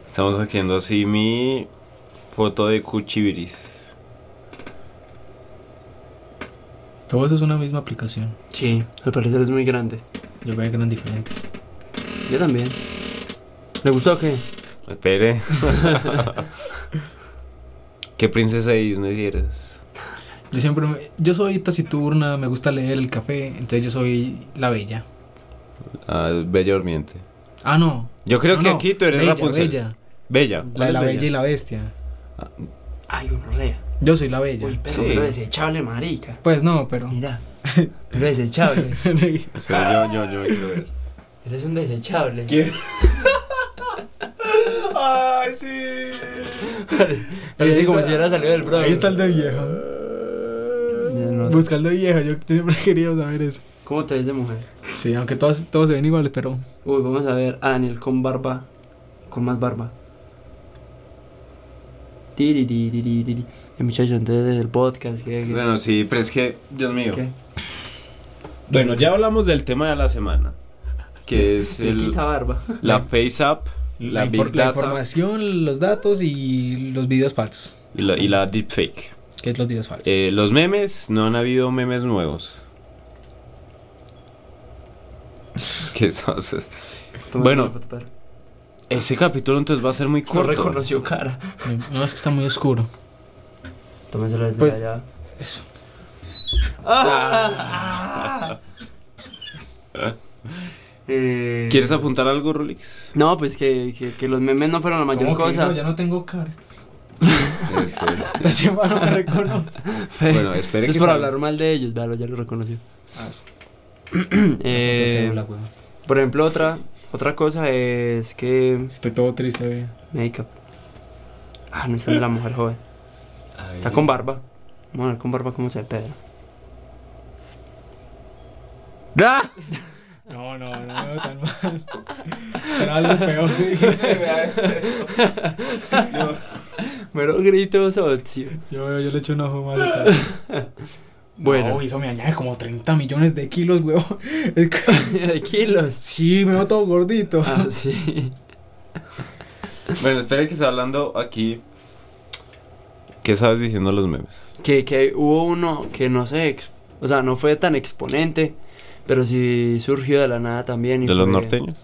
Speaker 1: Estamos haciendo así mi foto de cuchibiris.
Speaker 2: Todo eso es una misma aplicación.
Speaker 3: Sí, al parecer es muy grande.
Speaker 2: Yo veo que eran diferentes.
Speaker 3: Yo también. ¿Le gustó o qué?
Speaker 1: Espere. ¿Qué princesa de Disney eres?
Speaker 2: Yo siempre, me- yo soy taciturna, me gusta leer el café, entonces yo soy la bella.
Speaker 1: Ah, bella Durmiente.
Speaker 2: Ah, no.
Speaker 1: Yo creo
Speaker 2: no,
Speaker 1: que
Speaker 2: no,
Speaker 1: aquí tú eres
Speaker 2: bella,
Speaker 1: Rapunzel.
Speaker 2: Bella,
Speaker 1: Bella.
Speaker 2: la de la
Speaker 1: ¿Cuál
Speaker 2: bella?
Speaker 1: es
Speaker 2: y la bestia.
Speaker 3: Ay, un rea.
Speaker 2: Yo soy la bella.
Speaker 3: Uy, pero
Speaker 1: Sí.
Speaker 3: pero desechable, marica.
Speaker 2: Pues
Speaker 1: (laughs)
Speaker 2: no, pero.
Speaker 3: (laughs) Mira. Pero desechable.
Speaker 1: O sea, yo, yo, yo quiero ver.
Speaker 3: Eres un desechable. (laughs)
Speaker 1: ¡Ay, sí!
Speaker 3: Parece como si hubiera salido del Bronx.
Speaker 2: Ahí está el de viejo.
Speaker 3: No, no.
Speaker 2: Busca el de viejo, yo, yo siempre he querido saber eso.
Speaker 3: ¿Cómo te ves de mujer?
Speaker 2: Sí, aunque todos, todos se ven iguales, pero.
Speaker 3: Uy, vamos a ver a Daniel con barba. Con más barba. Tiririririri. El muchacho entonces del podcast. que- que-
Speaker 1: Bueno, sí, pero es que, Dios mío.
Speaker 3: que-
Speaker 1: Bueno, ya hablamos del tema de la semana, que es
Speaker 3: que
Speaker 1: el, (laughs)
Speaker 3: quita barba.
Speaker 1: la Face App, la,
Speaker 2: La,
Speaker 1: Big
Speaker 2: infor- la
Speaker 1: Data
Speaker 2: información, los datos y los videos falsos.
Speaker 1: y la, y la Deepfake.
Speaker 2: ¿Qué es los videos falsos?
Speaker 1: Eh, los memes, no han habido memes nuevos. (laughs) ¿Qué entonces?
Speaker 3: Toma
Speaker 1: Bueno,
Speaker 3: una foto, perro.
Speaker 1: Ese capítulo entonces va a ser muy
Speaker 3: no
Speaker 1: corto.
Speaker 3: reconoció cara.
Speaker 2: No, es que está muy oscuro.
Speaker 3: Tómenselo desde
Speaker 2: Pues-
Speaker 3: allá.
Speaker 2: Eso.
Speaker 3: Ah. Eh,
Speaker 1: Ah. ¿Quieres apuntar algo, Rolix?
Speaker 3: No, pues que, que, que los memes no fueron la mayor cosa.
Speaker 2: ya no tengo cara. (laughs)
Speaker 3: (laughs)
Speaker 1: Espere.
Speaker 2: Esta semana me reconoce.
Speaker 1: Este, bueno, espere
Speaker 3: Eso
Speaker 1: que
Speaker 3: es por
Speaker 1: salga.
Speaker 3: hablar mal de ellos, véalo, ya lo reconoció.
Speaker 2: Ah, eso.
Speaker 3: Eh, por ejemplo, otra, otra cosa es que.
Speaker 2: Estoy todo triste, güey.
Speaker 3: Makeup. Ah, no está de la mujer joven. Está con barba. Vamos a ver con barba cómo se ve
Speaker 2: (laughs)
Speaker 3: Pedro. ¡Ah!
Speaker 2: No, no, no me veo tan mal. (laughs) Era algo
Speaker 3: (laughs)
Speaker 2: peor. (laughs)
Speaker 3: Mero grito socio. (laughs)
Speaker 2: Yo, veo, yo le echo un ojo más. detrás.
Speaker 3: Bueno,
Speaker 2: No, eso me añade como 30 millones de kilos, güey. (laughs) Es que-
Speaker 3: (laughs) de kilos.
Speaker 2: Sí, me veo todo gordito.
Speaker 3: Ah, sí.
Speaker 1: Bueno, espere que está hablando aquí. ¿Qué sabes diciendo los memes?
Speaker 3: Que, que hubo uno que no sé, ex- o sea, no fue tan exponente, pero sí surgió de la nada también. y
Speaker 1: ¿De los
Speaker 3: fue-
Speaker 1: norteños?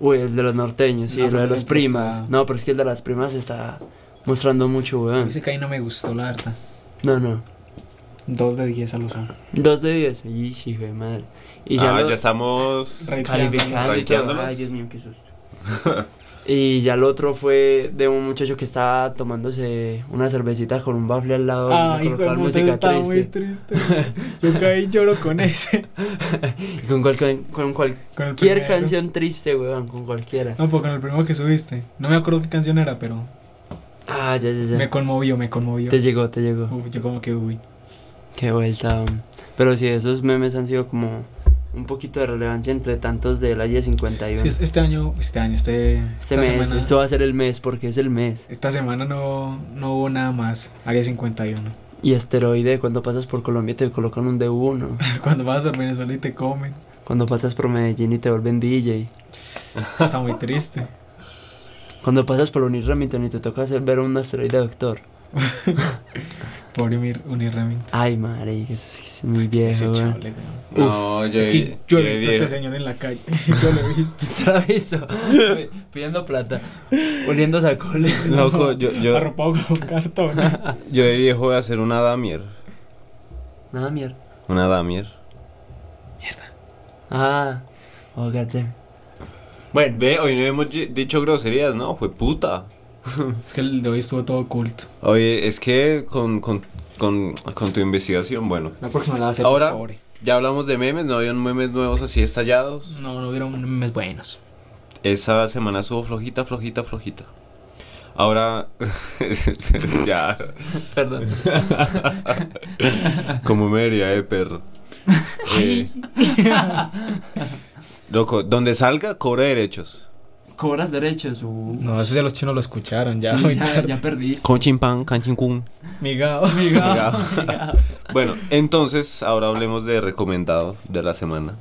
Speaker 3: Uy, el de los norteños, sí,
Speaker 2: No,
Speaker 3: lo de
Speaker 2: Ah, pero
Speaker 3: las
Speaker 2: siempre
Speaker 3: primas.
Speaker 2: está-
Speaker 3: No, pero es que el de las primas está mostrando mucho, weón.
Speaker 2: Dice que ahí no me gustó la harta.
Speaker 3: No, no.
Speaker 2: Dos de 10 al usar.
Speaker 3: Dos de diez. Y sí, güey, madre. Y ya,
Speaker 1: ah,
Speaker 3: lo
Speaker 1: ya estamos.
Speaker 3: calificando y todo.
Speaker 1: Ranqueándolos.
Speaker 3: Ay, Dios mío, qué susto.
Speaker 1: (laughs)
Speaker 3: y ya el otro fue de un muchacho que estaba tomándose una cervecita con un bafle al lado.
Speaker 2: Ay,
Speaker 3: y
Speaker 2: hijo de
Speaker 3: colocaba
Speaker 2: puta,
Speaker 3: música
Speaker 2: estaba muy
Speaker 3: triste.
Speaker 2: triste. güey. Yo caí y lloro con ese. (laughs)
Speaker 3: Y Con, cual- con- con cualquier
Speaker 2: Con el primero.
Speaker 3: canción triste, weón, con cualquiera.
Speaker 2: No, pues con el primero que subiste. No me acuerdo qué canción era, pero
Speaker 3: Ah, ya, ya, ya.
Speaker 2: me conmovió, me conmovió.
Speaker 3: Te llegó, te llegó.
Speaker 2: Uy, yo como que uy.
Speaker 3: Qué vuelta. um. Pero sí, esos memes han sido como un poquito de relevancia entre tantos del Área 51.
Speaker 2: Sí, es- este año, este año, este,
Speaker 3: este
Speaker 2: esta
Speaker 3: mes,
Speaker 2: semana.
Speaker 3: esto va a ser el mes porque es el mes.
Speaker 2: Esta semana no, no hubo nada más. Área 51.
Speaker 3: Y asteroide, cuando pasas por Colombia te colocan un D1.
Speaker 2: (laughs) Cuando vas por Venezuela y te comen.
Speaker 3: Cuando pasas por Medellín y te vuelven DJ.
Speaker 2: Está muy triste.
Speaker 3: Cuando pasas por Unir Remington y te toca hacer ver un asteroide doctor.
Speaker 2: Pobre Mir- Unirremington.
Speaker 3: Ay, madre, eso sí es muy viejo.
Speaker 2: Ese
Speaker 3: (laughs) weón.
Speaker 2: chable, weón.
Speaker 1: No, yo,
Speaker 2: Es que yo he visto a este señor en la calle. (laughs) Yo lo he visto.
Speaker 3: ¿Se lo ha visto? Pidiendo plata, oliendo sacoles.
Speaker 1: Loco, yo, (laughs) yo,
Speaker 2: Arropado con cartón.
Speaker 1: yo de viejo voy a hacer una Damier.
Speaker 3: Nada, mierda.
Speaker 1: Una Damier.
Speaker 3: Ah, ógate. Bueno,
Speaker 1: Ve, hoy no hemos ye- dicho groserías, ¿no? Fue puta.
Speaker 2: Es que el de hoy estuvo todo oculto.
Speaker 1: Oye, es que con, con, con, con tu investigación, bueno.
Speaker 2: La próxima la va a hacer
Speaker 1: Ahora-
Speaker 2: más pobre.
Speaker 1: Ya hablamos de memes, no habían memes nuevos así estallados.
Speaker 2: No, no hubieron memes buenos.
Speaker 1: Esa semana estuvo flojita, flojita, flojita. Ahora, (laughs) ya,
Speaker 3: perdón.
Speaker 1: como me diría de perro. Eh, loco, donde salga, cobre derechos.
Speaker 3: Cobras derechos. uh.
Speaker 2: No, eso ya los chinos lo escucharon. Ya,
Speaker 3: Sí,
Speaker 2: muy
Speaker 3: ya,
Speaker 2: tarde.
Speaker 3: ya perdiste.
Speaker 1: Con chimpán, can (laughs) chincún.
Speaker 2: (laughs) Migao.
Speaker 1: Bueno, entonces ahora hablemos de recomendado de la semana.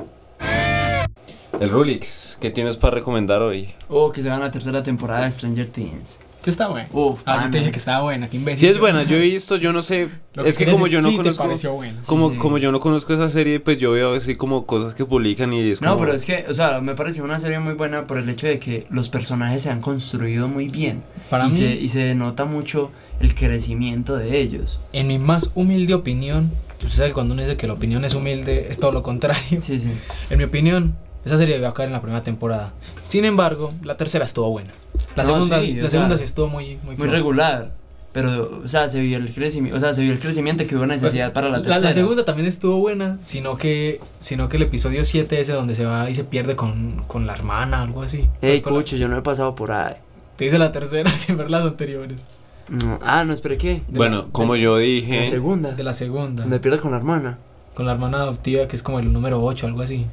Speaker 1: El Rulix, ¿qué tienes para recomendar hoy?
Speaker 3: Oh, que se va a la tercera temporada de Stranger Things.
Speaker 2: Sí está buena.
Speaker 3: Uf,
Speaker 2: Ah, yo
Speaker 3: pana.
Speaker 2: te dije que estaba buena, que imbécil.
Speaker 1: Si es buena, yo he visto, yo no sé,
Speaker 2: Lo
Speaker 1: es que
Speaker 2: quieres
Speaker 1: como yo
Speaker 2: decir,
Speaker 1: no
Speaker 2: sí te
Speaker 1: conozco,
Speaker 2: pareció buena.
Speaker 1: como,
Speaker 3: sí.
Speaker 1: como yo no conozco esa serie, pues yo veo así como cosas que publican y es
Speaker 3: No,
Speaker 1: como...
Speaker 3: pero es que, o sea, me pareció una serie muy buena por el hecho de que los personajes se han construido muy bien.
Speaker 2: Para
Speaker 3: y,
Speaker 2: mí,
Speaker 3: se, y se denota mucho el crecimiento de ellos.
Speaker 2: en mi más humilde opinión, usted sabe que cuando uno dice que la opinión es humilde, es todo lo contrario.
Speaker 3: Sí, sí.
Speaker 2: En mi opinión, esa serie debió acabar en la primera temporada. Sin embargo, la tercera estuvo buena. La
Speaker 3: No,
Speaker 2: segunda,
Speaker 3: sí, o
Speaker 2: la segunda
Speaker 3: sea,
Speaker 2: sí estuvo muy muy,
Speaker 3: Muy
Speaker 2: floja.
Speaker 3: regular. Pero, o sea, se vio el crecimiento, o sea, se vio el crecimiento que hubo necesidad para la
Speaker 2: Pues, La,
Speaker 3: tercera.
Speaker 2: la segunda también estuvo buena, sino que sino que el episodio 7 ese donde se va y se pierde con, con la hermana, algo así. Pues
Speaker 3: Ey,
Speaker 2: con la-
Speaker 3: cucho, yo no he pasado por ahí.
Speaker 2: te dice la tercera (laughs) sin ver las anteriores.
Speaker 3: No. Ah, no, esperé qué.
Speaker 2: de
Speaker 1: Bueno,
Speaker 2: la-
Speaker 1: como yo
Speaker 3: La
Speaker 1: dije,
Speaker 3: segunda.
Speaker 2: De la segunda.
Speaker 3: Donde pierdes con la hermana.
Speaker 2: Con la hermana adoptiva que es como el número 8, algo así.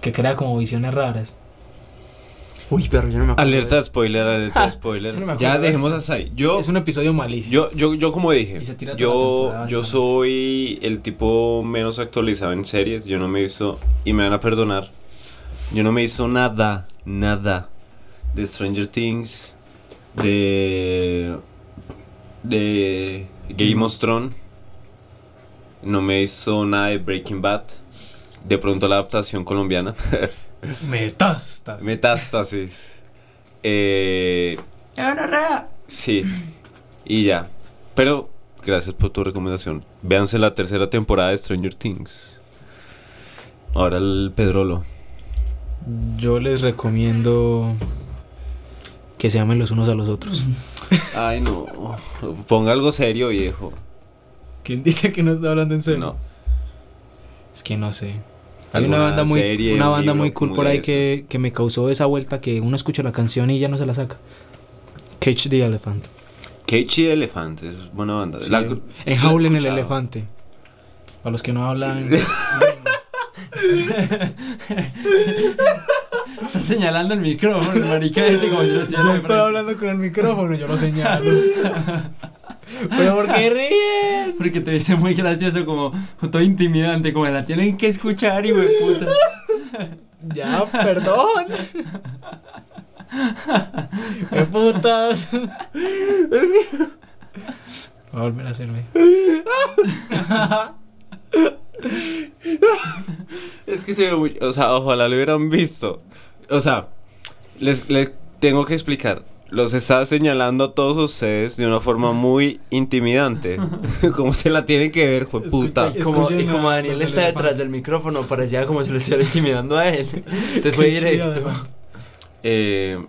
Speaker 2: Que crea como visiones raras.
Speaker 3: Uy, pero yo no me acuerdo. de
Speaker 1: Alerta
Speaker 3: eso.
Speaker 1: spoiler, alerta
Speaker 2: yo no me
Speaker 1: spoiler.
Speaker 2: acuerdo
Speaker 1: Ya
Speaker 2: de
Speaker 1: dejemos
Speaker 2: eso.
Speaker 1: hasta ahí. Yo,
Speaker 2: Es un episodio malísimo.
Speaker 1: yo, yo, yo como dije,
Speaker 2: Y se tira toda la
Speaker 1: yo,
Speaker 2: temporada,
Speaker 1: yo
Speaker 2: básicamente.
Speaker 1: soy el tipo menos actualizado en series. Yo no me he visto, y me van a perdonar, yo no me he visto nada, nada de Stranger Things, de, de Game of Thrones. No me hizo nada de Breaking Bad. De pronto la adaptación colombiana.
Speaker 2: Metastas.
Speaker 1: Metástasis. Eh, sí. Y ya. Pero gracias por tu recomendación. Véanse la tercera temporada de Stranger Things. Ahora el Pedrolo.
Speaker 2: Yo les recomiendo que se amen los unos a los otros.
Speaker 1: Ay, no. Ponga algo serio, viejo.
Speaker 2: ¿Quién dice que no está hablando en serio?
Speaker 1: No.
Speaker 2: Es que no sé. Hay
Speaker 1: Alguna
Speaker 2: una banda muy,
Speaker 1: serie,
Speaker 2: una
Speaker 1: un
Speaker 2: banda
Speaker 1: libro,
Speaker 2: muy cool
Speaker 1: como
Speaker 2: por ahí
Speaker 1: eso.
Speaker 2: que, que me causó esa vuelta que uno escucha la canción y ya no se la saca. Catch the Elephant.
Speaker 1: Keiichi Elephant es buena banda.
Speaker 2: Sí,
Speaker 1: La-
Speaker 2: enjaulen el
Speaker 1: escuchado.
Speaker 2: elefante. Para los que no hablan.
Speaker 3: Está señalando el micrófono, el marica ese como si
Speaker 2: (laughs)
Speaker 3: lo estuviera de frente.
Speaker 2: con el micrófono, yo lo
Speaker 3: (laughs)
Speaker 2: señalo. Pero porque ríen.
Speaker 3: Porque te dice muy gracioso, como todo intimidante, como la tienen que escuchar y güey, puta.
Speaker 2: (laughs) Ya, (laughs) perdón. Me putas. Voy a volver a (laughs) hacerme.
Speaker 1: Es que se ve muy... O sea, ojalá lo hubieran visto. O sea, les, les tengo que explicar. Los está señalando a todos ustedes de una forma muy intimidante. (laughs) Como se la tienen que ver, jueputa.
Speaker 2: Escucha-
Speaker 3: Y como, y
Speaker 2: Escuchen
Speaker 3: como
Speaker 2: a
Speaker 3: Daniel
Speaker 2: los
Speaker 3: está detrás
Speaker 2: elefantes.
Speaker 3: del micrófono, parecía como si
Speaker 2: (laughs)
Speaker 3: lo estuviera intimidando a él. Te fue
Speaker 2: Qué chido,
Speaker 3: directo.
Speaker 2: además.
Speaker 1: Eh,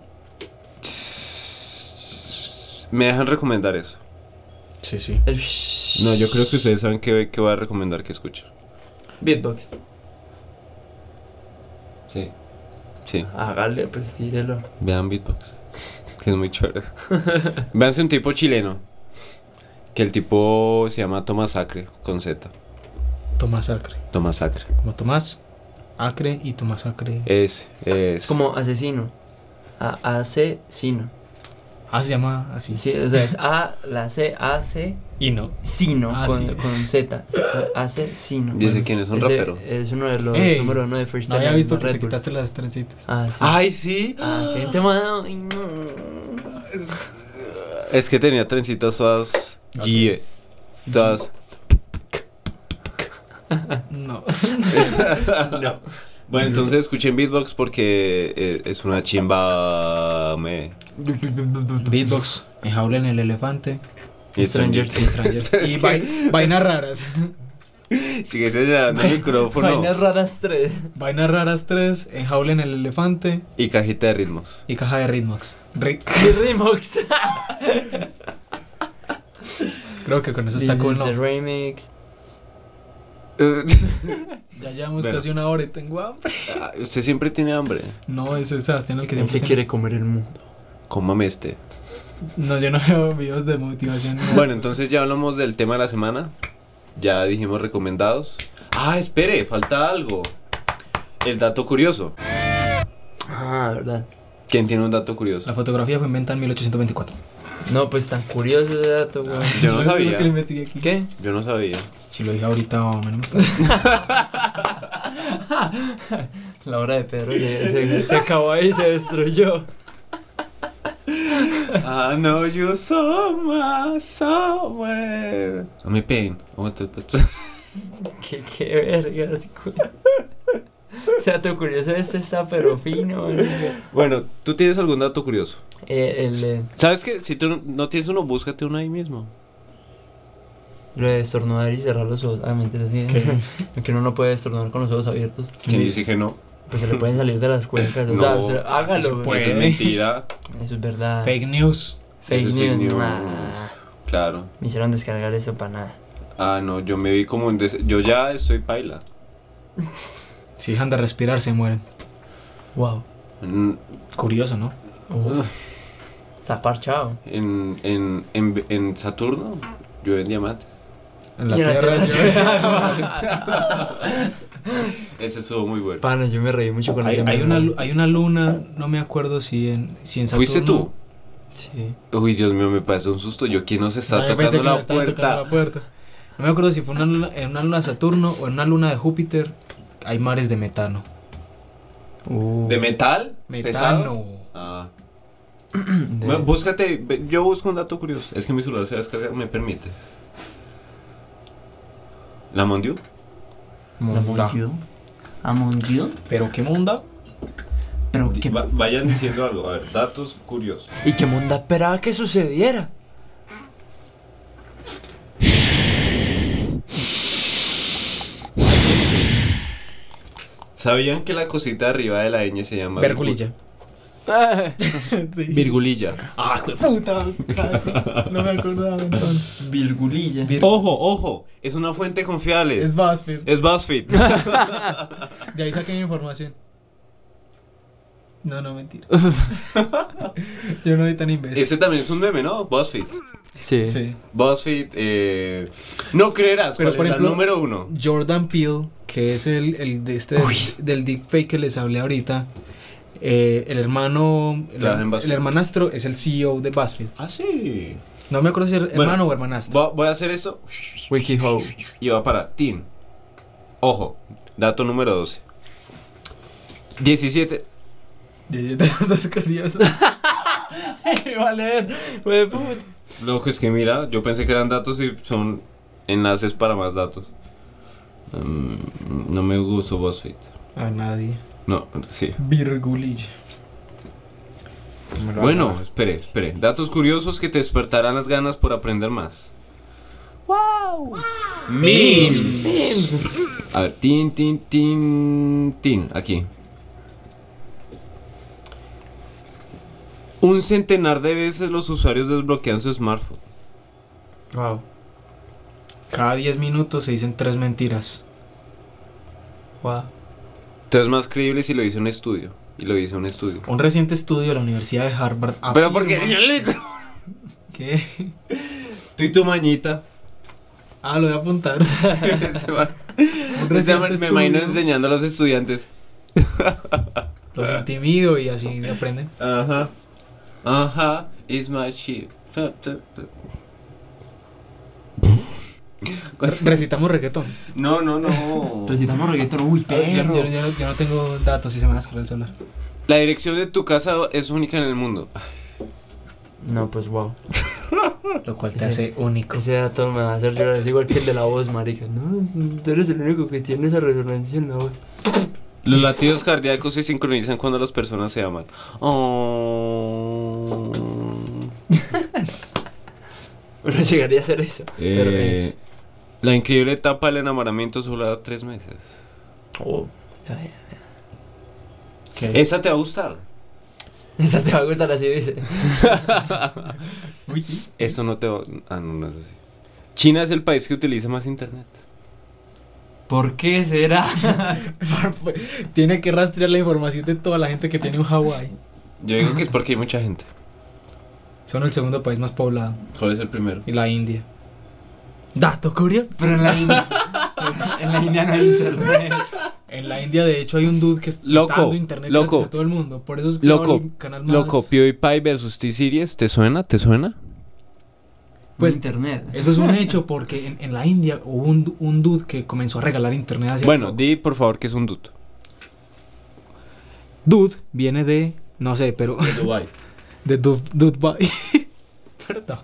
Speaker 1: me dejan recomendar eso.
Speaker 2: Sí, sí.
Speaker 3: El
Speaker 1: No, yo creo que ustedes saben que, que voy a recomendar que escuchen.
Speaker 3: Beatbox.
Speaker 1: Sí. Sí.
Speaker 3: Hágale, pues tírelo.
Speaker 1: Vean beatbox. Que es muy chévere. Véanse un tipo chileno. Que el tipo se llama Tomás Acre, con Z.
Speaker 2: Tomás Acre.
Speaker 1: Tomás Acre.
Speaker 2: Como Tomás Acre y Tomás Acre.
Speaker 1: Es,
Speaker 3: Es
Speaker 1: es.
Speaker 3: como asesino. A asesino.
Speaker 2: Ah, se llama así.
Speaker 3: Sí, o sea, es A, la C, A, C,
Speaker 2: Y no.
Speaker 3: sino,
Speaker 2: Ah,
Speaker 3: con,
Speaker 2: sí.
Speaker 3: con Z. Asesino.
Speaker 1: Dice quién es un
Speaker 3: Es de-
Speaker 1: rapero.
Speaker 3: este es uno de los
Speaker 2: Ey,
Speaker 3: número uno de
Speaker 2: No
Speaker 3: freestyle.
Speaker 2: había
Speaker 3: en
Speaker 2: visto que
Speaker 3: Red
Speaker 2: te
Speaker 3: Bull.
Speaker 2: quitaste las trencitas.
Speaker 3: Ah, sí.
Speaker 1: ¡Ay, sí!
Speaker 3: Ah, gente mala. Ay, no.
Speaker 1: Es que tenía trencitas todas. guíe, (laughs) Todas.
Speaker 2: (laughs) No.
Speaker 1: Bueno, entonces escuchen beatbox porque eh, es una chimba. Me.
Speaker 2: Beatbox. Enjaulen el elefante.
Speaker 3: Stranger
Speaker 2: Y Stranger. Y vai- vainas raras.
Speaker 1: Sigue señalando el micrófono.
Speaker 3: Vainas raras 3.
Speaker 2: Vainas raras 3. Enjaulen el elefante.
Speaker 1: Y cajita de (laughs) ritmos.
Speaker 2: Y caja de ritmos. Rick. (laughs)
Speaker 3: Remix.
Speaker 2: Creo que con eso está cool, ¿no?
Speaker 3: The remix.
Speaker 2: Ya llevamos
Speaker 1: Bueno.
Speaker 2: casi una hora y tengo hambre.
Speaker 1: Ah, Usted siempre tiene hambre.
Speaker 2: No, ese es Sebastián el que
Speaker 3: Él
Speaker 2: siempre
Speaker 3: se
Speaker 2: tiene-
Speaker 3: quiere comer el mundo.
Speaker 1: Cómame este.
Speaker 2: No, yo no veo videos de (laughs) motivación. no.
Speaker 1: Bueno, entonces ya hablamos del tema de la semana. Ya dijimos recomendados. Ah, espere, falta algo. El dato curioso.
Speaker 3: Ah, verdad.
Speaker 1: ¿Quién tiene un dato curioso?
Speaker 2: La fotografía fue inventada en 1824.
Speaker 3: No, pues tan curioso ese dato, güey.
Speaker 1: Yo no sabía.
Speaker 2: que lo investigué aquí.
Speaker 3: ¿Qué?
Speaker 1: Yo no (laughs) sabía.
Speaker 2: Si lo dije ahorita, oh, man, no (laughs) está.
Speaker 3: La hora de Pedro se, se- se acabó ahí, se destruyó. (laughs)
Speaker 1: I know Ah, you somewhere, somewhere. No me peguen. Aguanta, aguanta.
Speaker 3: Qué, qué vergas, güey. O sea, tu curioso este está pero fino, güey.
Speaker 1: (laughs) Bueno, ¿tú tienes algún dato curioso?
Speaker 3: Eh, el de,
Speaker 1: ¿Sabes que Si tú no- no tienes uno, búscate uno ahí mismo.
Speaker 3: lo de estornudar y cerrar los ojos. Ah, mentira, sí. (laughs) Que uno no puede estornudar con los ojos abiertos.
Speaker 1: ¿Quién
Speaker 2: Sí.
Speaker 1: dice que no?
Speaker 3: Pues se le pueden salir de las cuencas. O sea,
Speaker 1: No,
Speaker 3: o sea, hágalo,
Speaker 2: eso
Speaker 3: güey.
Speaker 2: puede.
Speaker 1: Eso es mentira.
Speaker 3: Eso es verdad.
Speaker 2: Fake news.
Speaker 3: Fake
Speaker 1: Eso es
Speaker 3: news.
Speaker 1: fake news.
Speaker 3: nah.
Speaker 1: (laughs) Claro.
Speaker 3: Me hicieron descargar eso para nada.
Speaker 1: Ah, no, yo me vi como un... des- Yo ya estoy paila.
Speaker 2: Si dejan de respirar, se mueren.
Speaker 3: Wow.
Speaker 1: Mm,
Speaker 2: Curioso, ¿no?
Speaker 3: Está parchado.
Speaker 1: En, en, en, en Saturno llueven diamantes.
Speaker 2: En la
Speaker 3: Y en la
Speaker 2: tierra.
Speaker 3: tierra
Speaker 2: llena de (laughs) agua.
Speaker 1: Ese estuvo muy bueno.
Speaker 3: Pana, yo me reí mucho con
Speaker 2: Hay,
Speaker 3: ese
Speaker 2: hay
Speaker 3: meme.
Speaker 2: una, lu- hay una luna, no me acuerdo si en, si en
Speaker 1: ¿Fuiste tú?
Speaker 2: Saturno-
Speaker 3: Sí.
Speaker 1: Uy, Dios mío, me pasó un susto. Yo aquí nos está
Speaker 2: Ah, yo pensé
Speaker 1: tocando
Speaker 2: que me
Speaker 1: la
Speaker 2: estaban
Speaker 1: puerta.
Speaker 2: tocando la puerta. No me acuerdo si fue una luna- en una luna de Saturno o en una luna de Júpiter. Hay mares de metano.
Speaker 1: ¿De metal? Uh. ¿Pesado?
Speaker 2: Metano.
Speaker 1: Ah.
Speaker 3: De-
Speaker 1: Bueno, búscate, ve- yo busco un dato curioso. Es que mi celular se descarga, me permite. ¿La Mondiu?
Speaker 4: La
Speaker 2: Monda.
Speaker 4: Mondiu. A Mondiu.
Speaker 2: ¿Pero qué monda?
Speaker 4: Pero
Speaker 1: Di-
Speaker 4: qué.
Speaker 1: va- vayan diciendo algo, a ver, datos curiosos.
Speaker 3: ¿Y qué monda esperaba que sucediera?
Speaker 1: ¿Sabían que la cosita arriba de la ñ se llama? (laughs)
Speaker 2: Vergulilla.
Speaker 1: virgu- Virgulilla.
Speaker 2: Ah, hijo de puta, casi. No me acordaba entonces.
Speaker 4: Virgulilla.
Speaker 1: Ojo, ojo, es una fuente confiable.
Speaker 2: Es
Speaker 1: Es,
Speaker 2: BuzzFeed. (laughs)
Speaker 1: BuzzFeed.
Speaker 2: De ahí saqué mi información. No,
Speaker 1: (laughs)
Speaker 2: no, mentira. Yo no soy tan imbécil.
Speaker 1: Ese también es un meme, ¿no? BuzzFeed.
Speaker 3: Sí.
Speaker 2: Sí.
Speaker 1: BuzzFeed, eh, no creerás, pero
Speaker 2: Pero, por
Speaker 1: por
Speaker 2: ejemplo,
Speaker 1: número uno.
Speaker 2: Jordan Peele, que es el, el de este
Speaker 3: Uy.
Speaker 2: del deepfake que les hablé ahorita, eh, el hermano, el,
Speaker 1: Trabaja en BuzzFeed.
Speaker 2: el hermanastro es el CEO de BuzzFeed.
Speaker 1: Ah, sí.
Speaker 2: No me acuerdo si era
Speaker 1: Bueno,
Speaker 2: hermano o hermanastro.
Speaker 1: Voy a- voy a hacer esto
Speaker 3: WikiHow.
Speaker 1: y va para Tim. Ojo, dato número 12. 17.
Speaker 2: (laughs) Datos
Speaker 1: (laughs)
Speaker 2: curiosos.
Speaker 3: Valer, huevón.
Speaker 1: Loco, es que mira, yo pensé que eran datos y son enlaces para más datos. Mm, no me gustó BuzzFeed.
Speaker 2: A nadie.
Speaker 1: No, sí.
Speaker 2: Virgulilla.
Speaker 1: Bueno, espere, espere. Datos curiosos que te despertarán las ganas por aprender más.
Speaker 3: ¡Wow!
Speaker 1: Memes. A ver, tin, tin, tin, tin. Aquí. Un centenar de veces los usuarios desbloquean su smartphone.
Speaker 3: Wow.
Speaker 2: Cada 10 minutos se dicen tres mentiras.
Speaker 3: Wow.
Speaker 1: Entonces es más creíble si lo hizo un estudio. Y lo hizo un estudio.
Speaker 2: Un reciente estudio de la Universidad de Harvard.
Speaker 1: Pero porque...
Speaker 2: afirma que-
Speaker 1: Tú y tu mañita.
Speaker 2: Ah, lo voy a apuntar.
Speaker 1: (laughs) Se va-
Speaker 2: Un
Speaker 1: O sea,
Speaker 2: reciente
Speaker 1: me, me
Speaker 2: estudio.
Speaker 1: imagino enseñando a los estudiantes.
Speaker 2: Los
Speaker 1: Ah.
Speaker 2: intimido y así aprenden.
Speaker 1: Ajá. Ajá. It's my shit.
Speaker 2: Recitamos reggaetón.
Speaker 1: No, no, (laughs) no.
Speaker 4: Recitamos reggaetón. Uy,
Speaker 2: Yo, yo-
Speaker 4: perro.
Speaker 2: yo- yo no- yo no tengo datos si se me va a descargar el celular.
Speaker 1: La dirección de tu casa es única en el mundo.
Speaker 3: No, pues wow.
Speaker 2: Lo cual te
Speaker 3: Sí.
Speaker 2: hace único.
Speaker 3: Ese dato me va a hacer llorar. Es igual que el de la voz, marica. No, tú eres el único que tiene esa resonancia en la voz.
Speaker 1: Los latidos cardíacos se sincronizan cuando las personas se aman. Oh.
Speaker 3: Uno llegaría a hacer eso. Pero
Speaker 1: Eh,
Speaker 3: eso.
Speaker 1: la increíble etapa del enamoramiento solo tres meses.
Speaker 3: Oh. ya, ya.
Speaker 2: Que-
Speaker 1: Esa te va a gustar.
Speaker 3: Esa te va a gustar así, dice.
Speaker 1: Eso no te va. Ah, no, no es así. China es el país que utiliza más internet.
Speaker 3: ¿Por qué será?
Speaker 2: Tiene que rastrear la información de toda la gente que tiene un Hawái.
Speaker 1: Yo digo que es porque hay mucha gente.
Speaker 2: Son el segundo país más poblado.
Speaker 1: ¿Cuál es el primero?
Speaker 2: Y la India. Dato curioso.
Speaker 3: Pero en la India. en la India no hay internet.
Speaker 2: En la India, de hecho, hay un dude que es-
Speaker 1: Loco,
Speaker 2: está dando internet
Speaker 1: loco.
Speaker 2: gratis a todo el mundo. Por eso es que
Speaker 1: Loco,
Speaker 2: ahora el canal más.
Speaker 1: Loco, PewDiePie versus T-Series, ¿te suena? ¿Te suena?
Speaker 4: Pues
Speaker 2: Pues-
Speaker 4: internet.
Speaker 2: Eso es un hecho porque en, en la India hubo un, du- un dude que comenzó a regalar internet hacia
Speaker 1: Bueno, di por favor que es un duto.
Speaker 2: dude viene de no sé, pero
Speaker 1: Dubai.
Speaker 2: de dude, dude Bye. (laughs) Perdón.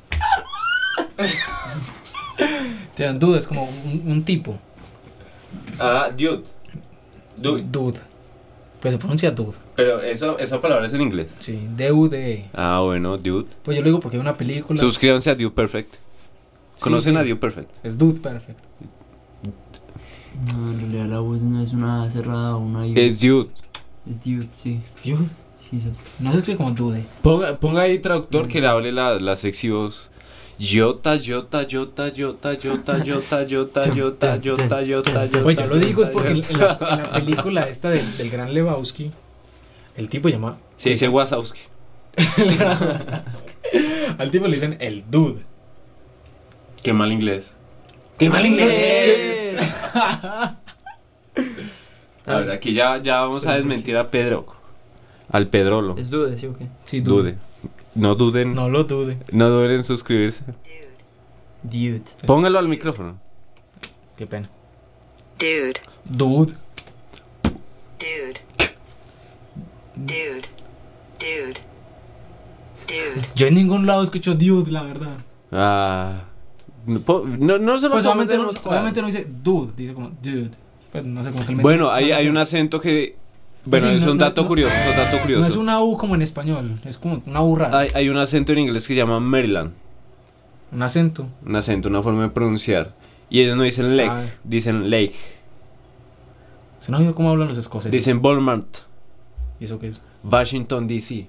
Speaker 2: Te dan dudas como un, un tipo.
Speaker 1: Ah, dude.
Speaker 2: Dude. Pues se pronuncia dude.
Speaker 1: Pero eso, esa palabra es en inglés.
Speaker 2: Sí, d u d E.
Speaker 1: Ah, bueno, dude.
Speaker 2: Pues yo lo digo porque hay una película.
Speaker 1: Suscríbanse a Dude Perfect.
Speaker 2: Sí,
Speaker 1: ¿Conocen
Speaker 2: sí.
Speaker 1: a Dude Perfect?
Speaker 2: Es dude perfecto.
Speaker 4: No, en realidad la voz no es una cerrada o una I.
Speaker 1: Es Dude.
Speaker 4: Es dude, sí.
Speaker 2: Es dude.
Speaker 4: Sí, sí.
Speaker 2: No se escribe como dude.
Speaker 1: Ponga, ponga ahí traductor que le hable la, la sexy voz. Yota, yota, yota, yota, yota, yota,
Speaker 2: (laughs)
Speaker 1: yota, yota, yota, yota, yota.
Speaker 2: Pues yo lo digo es porque en,
Speaker 1: yota.
Speaker 2: en la, en la película esta del, del gran Lebowski, el tipo llama. (laughs)
Speaker 1: Se dice Wazowski.
Speaker 2: el gran Lebowski. Al tipo le dicen el dude.
Speaker 1: Qué mal inglés. ¡Qué
Speaker 3: mal inglés!
Speaker 1: A ver, aquí ya, ya vamos a desmentir a Pedro. Al Pedrolo.
Speaker 3: ¿Es dude, sí o qué?
Speaker 2: Sí,
Speaker 1: Dude. No duden. No.
Speaker 2: No lo dude.
Speaker 1: duden en suscribirse.
Speaker 3: Dude.
Speaker 1: Póngalo al micrófono.
Speaker 2: Qué pena.
Speaker 5: Dude,
Speaker 2: Dude.
Speaker 5: dude, dude, dude, dude.
Speaker 2: Yo en ningún lado escucho dude, la verdad.
Speaker 1: Ah. No, po- no, no se lo
Speaker 2: Pues
Speaker 1: podemos
Speaker 2: obviamente no,
Speaker 1: demostrar.
Speaker 2: obviamente no dice dude, dice como dude. Pues no sé cómo que él me-
Speaker 1: Bueno, hay,
Speaker 2: no, no
Speaker 1: hay
Speaker 2: sé.
Speaker 1: un acento que. Bueno,
Speaker 2: Pues Sí,
Speaker 1: es
Speaker 2: no-
Speaker 1: un
Speaker 2: no-
Speaker 1: dato
Speaker 2: no-
Speaker 1: curioso. un dato curioso.
Speaker 2: No es una U como en español, es como una U rara.
Speaker 1: hay, hay un acento en inglés que se llama Maryland.
Speaker 2: Un acento.
Speaker 1: Un acento, una forma de pronunciar. Y ellos no dicen lake,
Speaker 2: Ah.
Speaker 1: dicen lake.
Speaker 2: ¿Se no ha oído cómo hablan los escoceses?
Speaker 1: Dicen Bournemouth,
Speaker 2: ¿Y eso qué es? (laughs)
Speaker 1: Washington DC.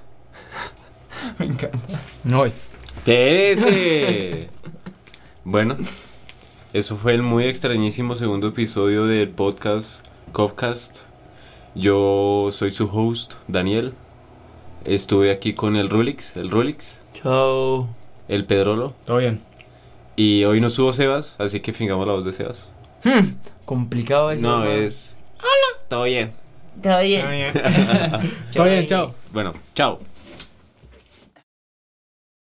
Speaker 3: Me encanta.
Speaker 2: No voy.
Speaker 1: ¡Espérese! bueno, eso fue el muy extrañísimo segundo episodio del podcast Covcast. Yo soy su host, Daniel. Estuve aquí con el Rulix, el Rulix,
Speaker 3: Chao.
Speaker 1: el Pedrolo.
Speaker 2: Todo bien.
Speaker 1: Y hoy no subo Sebas, así que fingamos la voz de Sebas.
Speaker 3: Complicado eso.
Speaker 1: No,
Speaker 3: ¿no?
Speaker 1: es. ¡Hola! Todo bien.
Speaker 2: Todo bien, (laughs) chao.
Speaker 1: Bueno, chao.